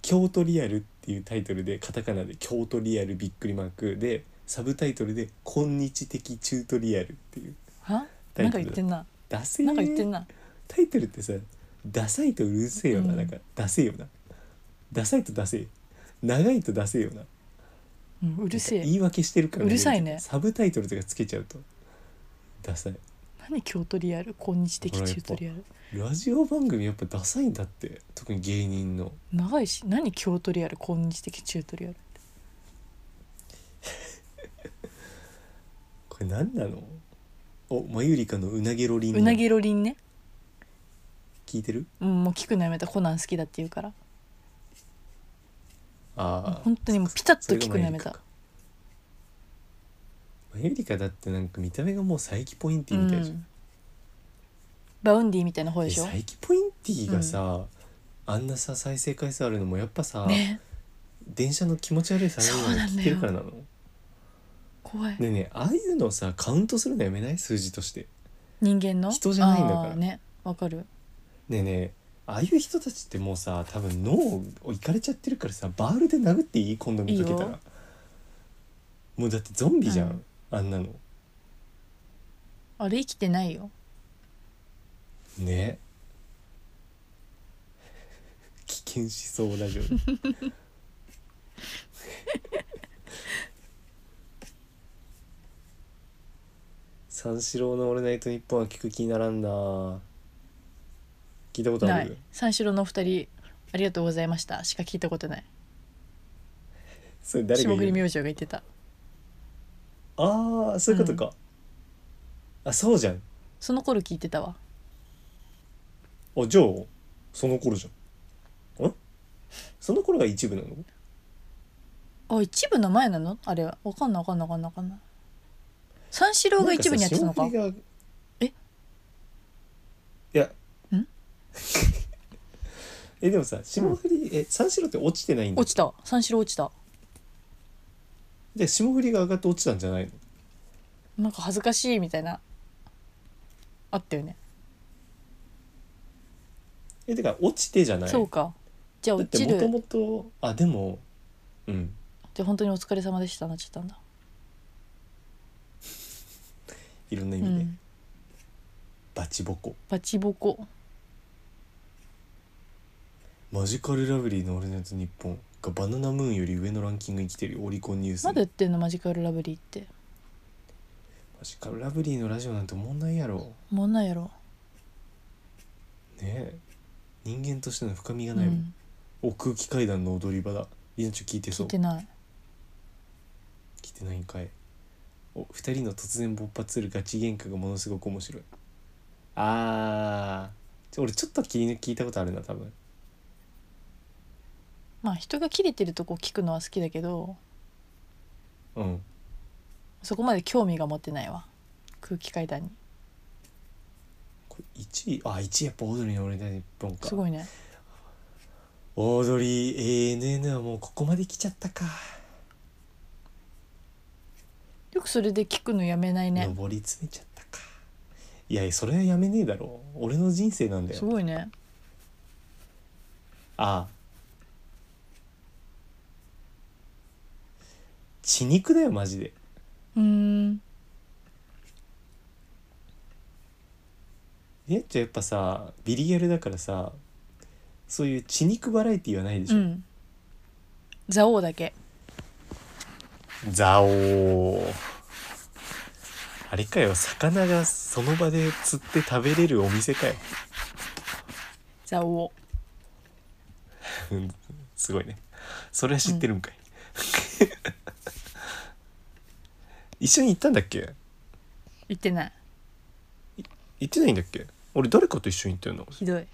京都リアルっていうタイトルでカタカナで京都リアルびっくりマークでサブタイトルで今日的チュートリアルっていうはタイ何トかル言ってんなダセー何か言ってんなタイトルってさダサいとうるせえよな、うんなんかダセえよなダサいとダセえ長いとダセえよなうんうるせなんかえ言い訳してるからうるさいねサブタイトルとかつけちゃうとダサい何京都リアル今日的ほらやっチぱュートリアルラジオ番組やっぱダサいんだって特に芸人の長いし何京都リアル今日的チュートリアルれ何なのおマユリカのうなげろりんうなぎロリンね聞いてるうんもう聞くのやめたコナン好きだって言うからああ本当にもうピタッと聞くのやめたマユリカだってなんか見た目がもう佐伯ポインティみたいじゃん、うんバウンディみたいな方えでしょ佐伯ポインティがさ、あんなさ再生回数あるのもやっぱさ、ね電車の気持ち悪いされるのそうなんだよ聞いてるからなのね怖いえねえああいうのさカウントするのやめない数字として人間の人じゃないんだからあーねわかるねえねえああいう人たちってもうさ多分脳をいかれちゃってるからさバールで殴っていい今度見かけたいいらよもうだってゾンビじゃん、うんあんなのあれ生きてないよね危険しそうラジオ三四郎の「オールナイトニッポン」は聞く気にならんな聞いたことあないる三四郎のお二人ありがとうございましたしか聞いたことないそれ誰が霜降言りう明星が言ってたああそういうことか、あそうじゃんその頃聞いてたわあじゃあその頃じゃんんその頃が一部なのあ一部の前なのあれはわかんないわかんないわかんないわかんない三四郎が一部にやってたのかなんさ霜降りがえいやん *laughs* えでもさ霜降りえ三四郎って落ちてないんだ落ちた三四郎落ちたで霜降りが上がって落ちたんじゃないのなんか恥ずかしいみたいなあったよね、えてか落ちてじゃないそうかじゃあだっ落てもちるともとあでもうんで本当にお疲れ様でしたなっちゃったんだ、いろんな意う味で、ん、バチボコバチボコマジカルラブリーの「オールナイトニッポン」がバナナムーンより上のランキングに来てるよオリコンニュースまにだやってんのマジカルラブリーってマジカルラブリーのラジオなんておもんないやろもんなんやろ、ねえ人間としての深みがうないもん、ん、お空気階段の踊り場だりなちょ聞いて聞そいうてない聞いてないんかいお二人の突然勃発するガチ喧嘩がものすごく面白いあーちょ俺ちょっと聞い聞いたことあるな多分まあ人が切れてるとこ聞くのは好きだけどうんそこまで興味が持ってないわ空気階段にこれ1位あ1位やっぱオードリーの俺だ日本かすごいねオードリー ANN はもうここまで来ちゃったか、よくそれで聞くのやめないね上り詰めちゃったかいやいやそれはやめねえだろ俺の人生なんだよすごいねああ血肉だよマジでうーんねじゃあやっぱさビリギャルだからさそういう血肉バラエティーはないでしうょ、ん蔵王だけザオーあれかよ魚がその場で釣って食べれるお店かよ蔵王うんすごいねそれは知ってるんかい、 *laughs* 一緒に行ったんだっけ行ってない行ってないんだっけ俺誰かと一緒に行ったよなひどい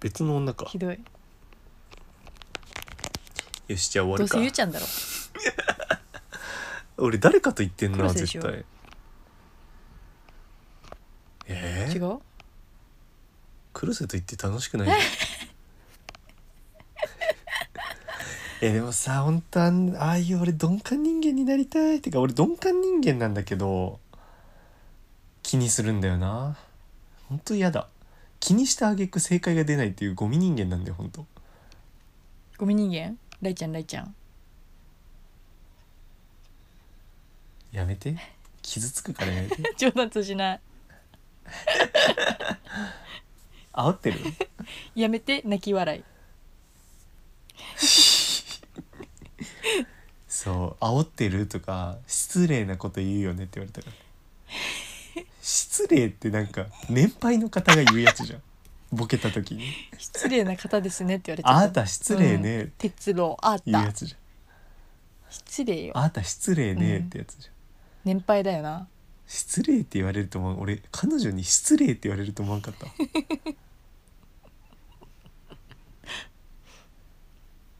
別の女かひどいよしじゃあ終わどるうせかゆうちゃんだろ俺誰かと言ってんな黒瀬でし絶ょ対え違ー、う黒瀬と言って楽しくない *laughs* いやでもさ本当あんああいう俺鈍感人間になりたいってか俺鈍感人間なんだけど気にするんだよな本当嫌だ気にした挙句正解が出ないっていうゴミ人間なんだよ本当ゴミ人間ライちゃんライちゃん *laughs* やめて傷つくからやめて冗談通じない煽ってるやめて泣き笑い *laughs* そう煽ってるとか失礼なこと言うよねって言われたから失礼ってなんか年配の方が言うやつじゃんボケた *laughs* 時に失礼な方ですねって言わ「あれちゃなったた失礼ね」うん鉄郎あな言うたやつじゃん失礼よあなた失礼ねってやつじゃん、年配だよな失礼って言われると思う俺彼女に失礼って言われると思わんか *laughs* ったわ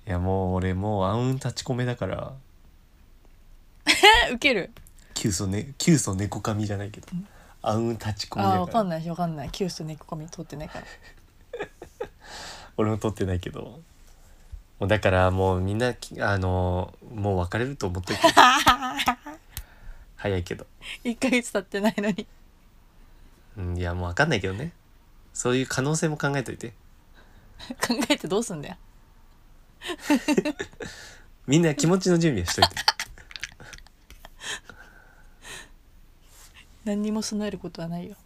いやもう俺もう暗雲立ち込めだからえウケる急須ね急須猫髪じゃないけど暗雲立ち込めあーだわかからんないしわかんないキュースと猫髪通ってないから俺も撮ってないけどもうだからもうみんなきあのもう別れると思っといて早いけど1ヶ月経ってないのにうんいやもう分かんないけどねそういう可能性も考えといて考えてどうすんだよみんな気持ちの準備はしといて何にも備えることはないよ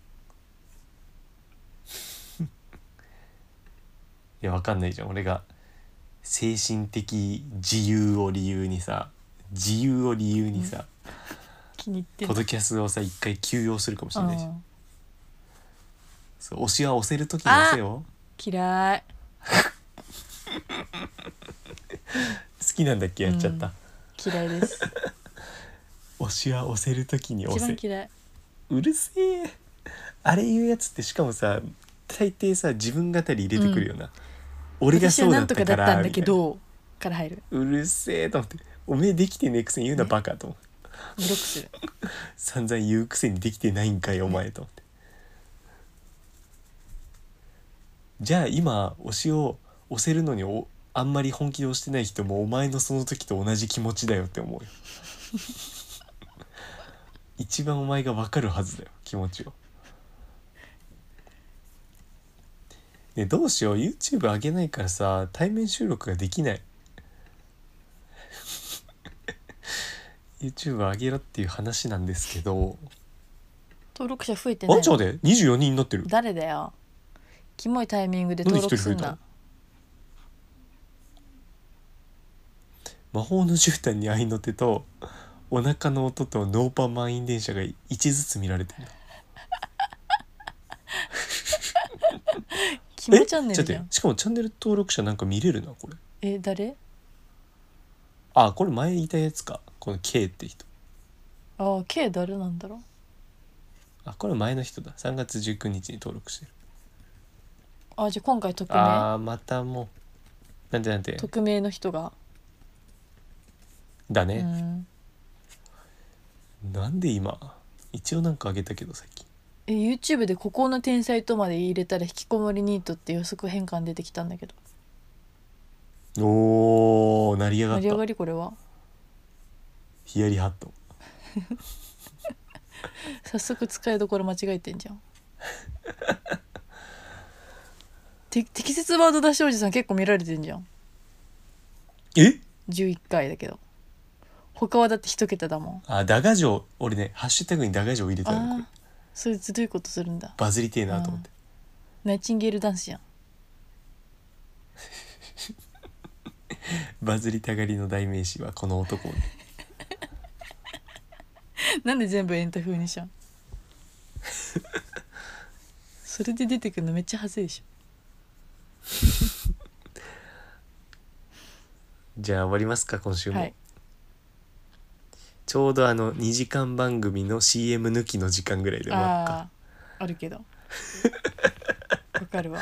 いや分かんないじゃん俺が精神的自由を理由にさ自由を理由にさ、気に入ってんポのッドキャストをさ一回休養するかもしれないじゃんうんそう推しは押せる時に押せよ嫌い好きなんだっけやっちゃった、嫌 *laughs* いです推しは押せる時に一押番せ嫌いうるせえあれ言うやつってしかもさ大抵さ自分語り入れてくるよな、俺が私そはうなだっんとかたかだっらたんだけどから入るみたいなうるせえと思っておめえできてねえくせに言うなバカと思ってブロックする散々言うくせにできてないんかいお前と思ってじゃあ今推しを押せるのにおあんまり本気で押してない人もお前のその時と同じ気持ちだよって思うよ *laughs* 一番お前が分かるはずだよ気持ちをねえどうしよう YouTube 上げないからさ対面収録ができない YouTube 上げろっていう話なんですけど登録者増えてなあいちょっと待って24人になってる誰だよキモいタイミングで登録すんな魔法の絨毯に合いの手とお腹の音とノーパン満員電車が1ずつ見られてるキモチャンネルじえちょっと待ゃっんてしかもチャンネル登録者なんか見れるなこれえ誰あこれ前いたやつかこの K って人ああ K 誰なんだろうあこれ前の人だ3月19日に登録してるあじゃあ今回匿名あーまたもうなんてなんて匿名の人がだうね、んなんで今一応なんかあげたけどさっきえ YouTube で「ここの天才」とまで入れたら引きこもりニートって予測変換出てきたんだけどおー成り上が盛っり上がたりこれはヒヤリハット早速使いどころ間違えてんじゃんて適切ワード出しおじさん結構見られてんじゃんえ11回だけど他はだって一桁だもんあダガ城俺ねハッシュタグにダガ城入れたのこれああそれずるいことするんだバズりてえなと思って、ナイチンゲールダンスじゃんバズりたがりの代名詞はこの男ねなんで全部エンタ風にし *laughs* ちゃうそれで出てくるのめっちゃ恥ずいでしじゃあ終わりますか今週ょも、はいちょうどあの2時間番組の CM 抜きの時間ぐらいで終わっあたーあるけどわかるわ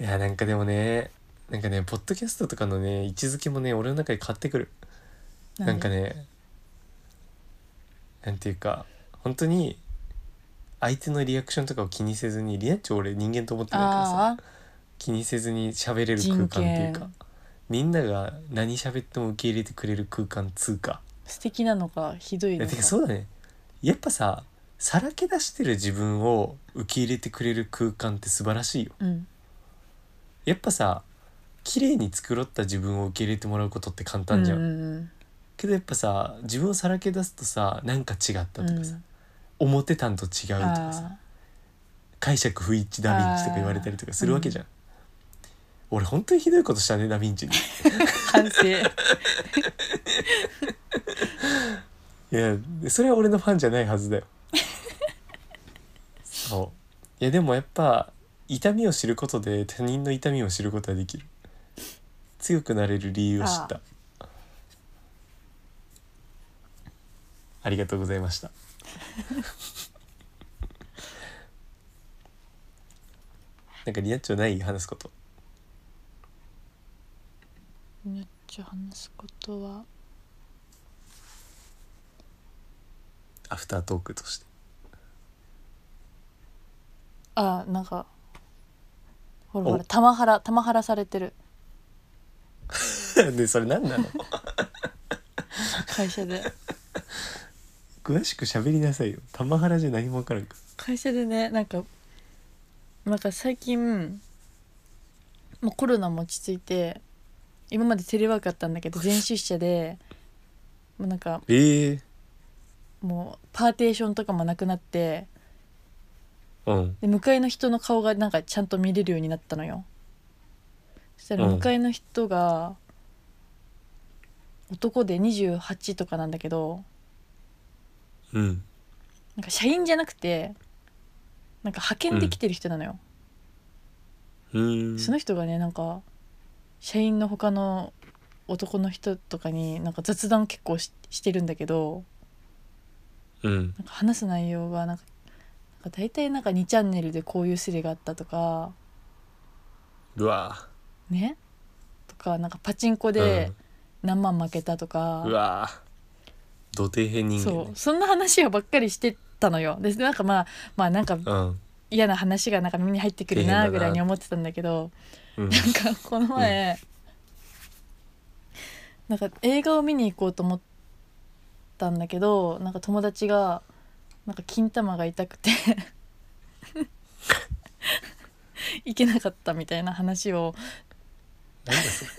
いやなんかでもねなんかねポッドキャストとかのね位置づけもね俺の中で変わってくる *laughs* なんかねなんていうか本当に相手のリアクションとかを気にせずにリアッチョ俺人間と思ってないからさああ気にせずに喋れる空間っていう人か権みんなが何喋っても受け入れてくれる空間通過素敵なのかひどいいのやかてかそうだねやっぱささらけ出してる自分を受け入れてくれる空間って素晴らしいようんやっぱさ綺麗に繕った自分を受け入れてもらうことって簡う単んじうゃん、んけどやっぱさ自分をさらけ出すとさなんか違ったうんとかさ、表たんと違うとうんかさあ解釈不一致ダヴィンチとか言われたりとかするわけじゃん、俺本当にひどいことしたねダヴィンチにー *laughs* 反省いやそれは俺 *laughs* のファンじゃないはずだよそういやでもやっぱ痛みを知ることで他人の痛みを知ることができる強くなれる理由を知ったありがとうございました *laughs* なんかリナッチョない話すことめっちゃ話すことはアフタートークとしてあなんかほらほおら玉原玉原されてる *laughs* でそれ何なの会社で詳しく喋りなさいよ玉原じゃ何も分からんか会社でねなんかなんか最近もうコロナも落ち着いて今までテレワークあったんだけど全出社でもうなんからええもうパーテーションとかもなくなってうんで向かいの人の顔がなんかちゃんと見れるようになったのよそしたらうん向かいの人が、男で28とかなんだけどうんなんか社員じゃなくてなんか派遣で来てる人なのよ、うんその人がねなんか社員の他の男の人とかになんか雑談結構ししてるんだけどうんなんか話す内容がなんかなんか大体なんか2チャンネルでこういうスレがあったとかうわねとかなんかパチンコで何万負けたとか、うわ土底辺人間そねうそんな話をばっかりしてたのよでなんかまあまあなんかうん嫌な話がなんか耳に入ってくるな大変だなぐらいに思ってたんだけどうんなんかこの前、なんか映画を見に行こうと思ったんだけどなんか友達がなんか金玉が痛くて行けなかったみたいな話をなんだそれ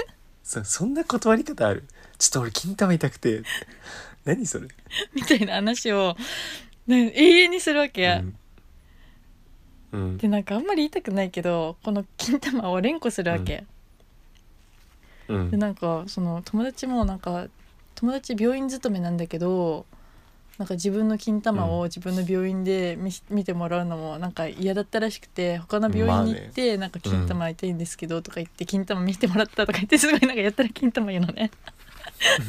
そそんな断り方あるちょっと俺金玉痛くて何それ、みたいな話を、ね、永遠にするわけや。うんうんでなんかあんまり言いたくないけどこの金玉を連呼するわけ。うでんなんかその友達もなんか友達病院勤めなんだけどなんか自分の金玉を自分の病院で見,、見てもらうのもなんか嫌だったらしくて他の病院に行って「なんか金玉痛いんですけど」とか言って「金玉見てもらった」とか言ってすごいなんかやったら金玉言うのね。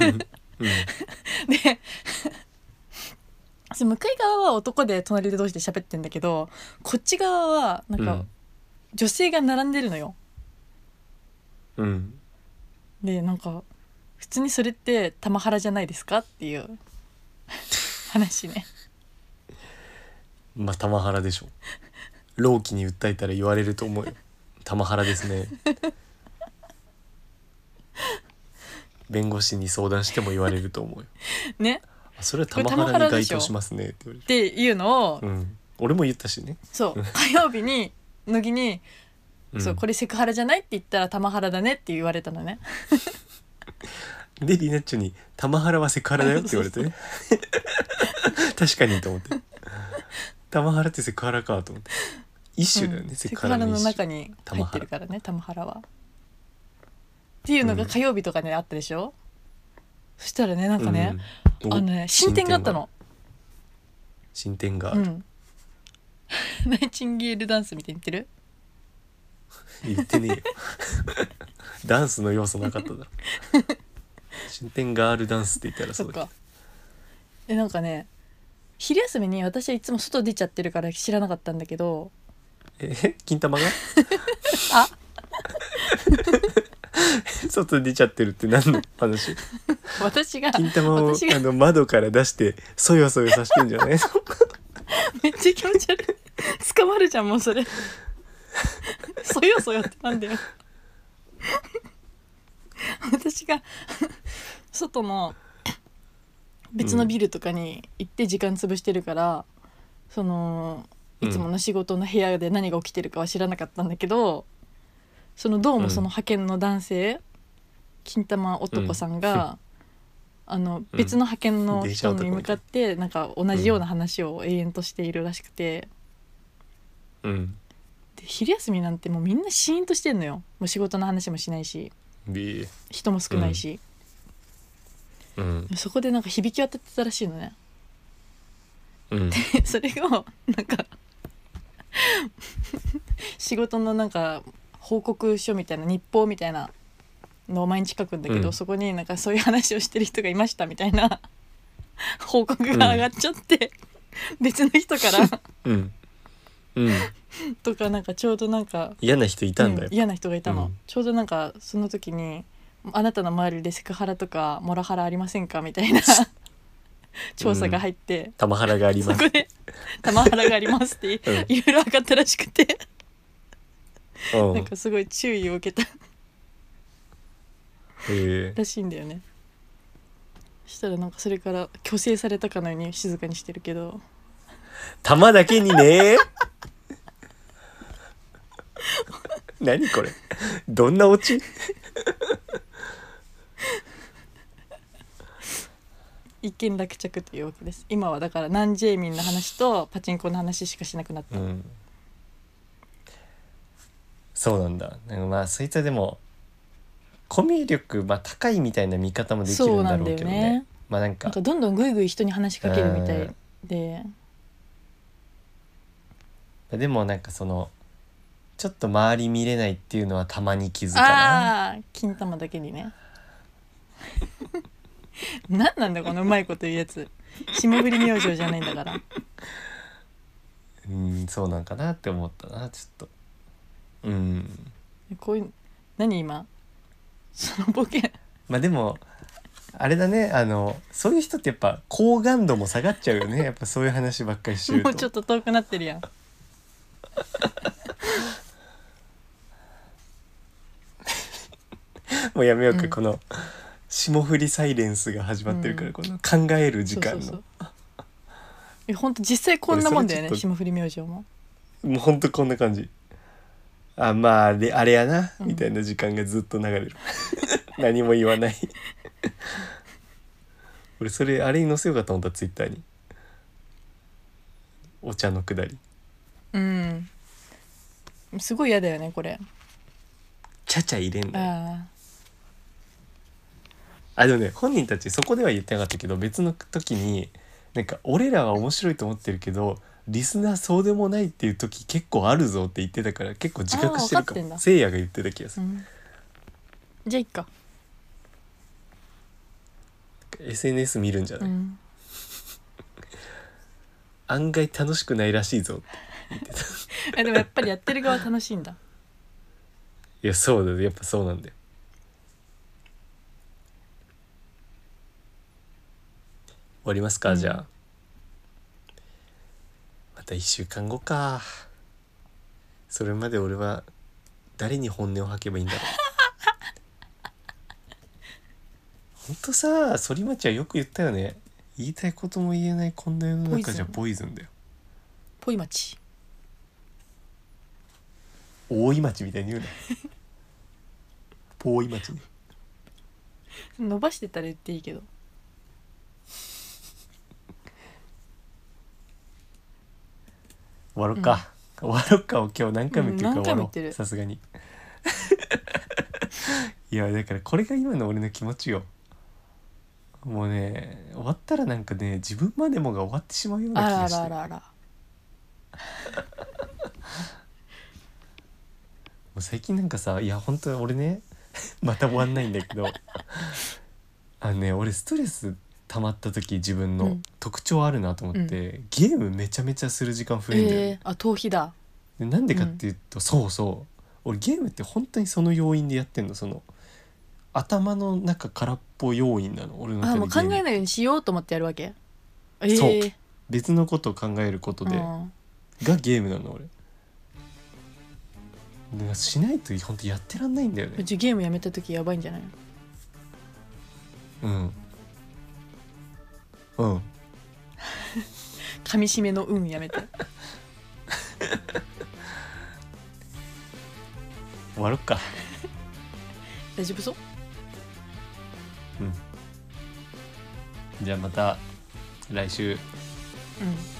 うんでそう向かい側は男で隣で同士で喋ってんだけどこっち側はなんうかん女性が並んでるのよ。うんでなんか普通にそれって玉原じゃないですかっていう *laughs* 話ねまあ玉原でしょ老期に訴えたら言われると思うよ玉原ですね弁護士に相談しても言われると思うよねあそれはこれ玉原玉原に該でしょ当しますねって言われっていうのを、る、うん、俺も言ったしね、そう火曜日に乃木に、うん、そうこれセクハラじゃないって言ったら玉原だねって言われたのねでリナッチョに「玉原はセクハラだよ」っ *laughs* て言われてね確かにと思って *laughs* 玉原ってセクハラかと思って一種だよね、うんセクセクハハララのの一中種に入ってるからね玉原は。っていうのうがん火曜日とかね、あったでしょそしたらねなんかね、うんおあのね進展があったの。進展がうんナイチンゲールダンスみたいに言ってる言ってねえよ *laughs* ダンスの要素なかっただろ進展ガールダンスって言ったらそそっうだかえなんかね昼休みに私はいつも外出ちゃってるから知らなかったんだけどけどえ金玉があ *laughs* 外出ちゃってるって何の話私が金玉を私があの窓から出してそよそよさしてんじゃないのめっちゃ気持ち悪い捕まるじゃんもうそれそよそよってなんだよ私が外の別のビルとかに行って時間潰してるから、そのいつもの仕事の部屋で何が起きてるかは知らなかったんだけどそのどうもその派遣の男性、金玉男さんが、あの別の派遣の人に向かってなんか同じような話を延々としているらしくて、 *laughs* うんで昼休みなんてもうみんなシーンとしてんのよもう仕事の話もしないしで人も少ないし、うんそこでなんか響き渡ってたら *laughs* しいのねうんでそれをなんか *laughs* 仕事のなんか報告書みたいな日報みたいなのを毎日書くんだけど、うんそこになんかそういう話をしてる人がいましたみたいな報告が上がっちゃ *laughs* って、別の人からうんうんとかなんかちょうどなんか嫌な人いたんだうよん、嫌な人がいたの、うんちょうどなんかその時に「あなたの周りでセクハラとかモラハラありませんか?」みた *laughs* いな調査が入って、玉原がありそまこすで「玉ハラがあります」っていうんいろいろ上がったらしくてうんなんかすごい注意を受けたへえらしいんだよねしたらなんかそれから虚勢されたかのように静かにしてるけど玉だけに *laughs* ね何これどんなオチ一件落着というわけです今はだからナンジェイミンの話とパチンコの話しかしなくなっうた、んそうなんだなんかまあそいつはでもコミュ力、まあ、高いみたいな見方もできるんだろうけそどうなんねだよねまあなんかなんかどんどんぐいぐい人に話しかけるみたういんででもなんかそのちょっと周り見れないっていうのはたまに気づかなああー金玉だけにね *laughs* 何なんだこのうまいこと言うやつ霜降り明星じゃないんだからうんそうなんかなって思ったなちょっとうんこういう何今そのボケまあでもあれだねあのそういう人ってやっぱ好感度も下がっちゃうよ *laughs* ねやっぱそういう話ばっかりしてるともうちょっと遠くなってるやんもうやめようか、うんこの霜降りサイレンスが始まってるから、うんこの考える時間のそうそうそうえ本当実際こんなもんだよ俺それねちょ霜降り明星ももうほんとこんな感じあまああれあれやな、うんみたいな時間がずっと流れる何も言わない俺それあれに載せようかと思ったツイッターにお茶のくだりうんすごい嫌だよねこれちゃちゃ入れんあなよああでもね本人たちそこでは言ってなかったけど別の時になんか俺らは面白いと思ってるけどリスナーそうでもないっていう時結構あるぞって言ってたから結構自覚してるかあー分かってんもだせいやが言ってた気がすうる、んじゃあいっか SNS 見るんじゃうない、ん案外楽しくないらしいぞってえでもやっぱりやってる側楽しいんだいやそうだねやっぱそうなんだよ終わりますか、うんじゃあまた1週間後かそれまで俺は誰に本音を吐けばい *laughs* いんだろうほんとさ反町はよく言ったよね言いたいことも言えないこんな世の中じゃポイズンだよぽい町大井町みたいに *laughs* 言うな大井町ね伸ばしてたら言っていいけど終わろうか、終わろうかを今日何回も言ってるから終わうん何回もろ言ってうるさすがに *laughs* いやだからこれが今の俺の気持ちよもうね終わったらなんかね自分までもが終わってしまうような気あらがあしてらあらあらもう最近なんかさいや本当に俺ね *laughs* また終わんないんだけ *laughs* どあのね俺ストレス溜まった時自分うのん特徴あるなと思って、ゲームめちゃめちゃする時間増えんだよね、えー、あ逃避だでなんでかっていうと、そうそう俺ゲームって本当にその要因でやってんのその頭の中空っぽ要因なの俺の中あでもうゲ考ームえないようにしようと思ってやるわけえそうー、別のことを考えることうで、んがゲームなの俺なんかしないと本当やってらんないんだようねちゲームやめた時やばいんじゃないうんうん噛み締めの運やめて終わろっか大丈夫そううんじゃあまた来週うん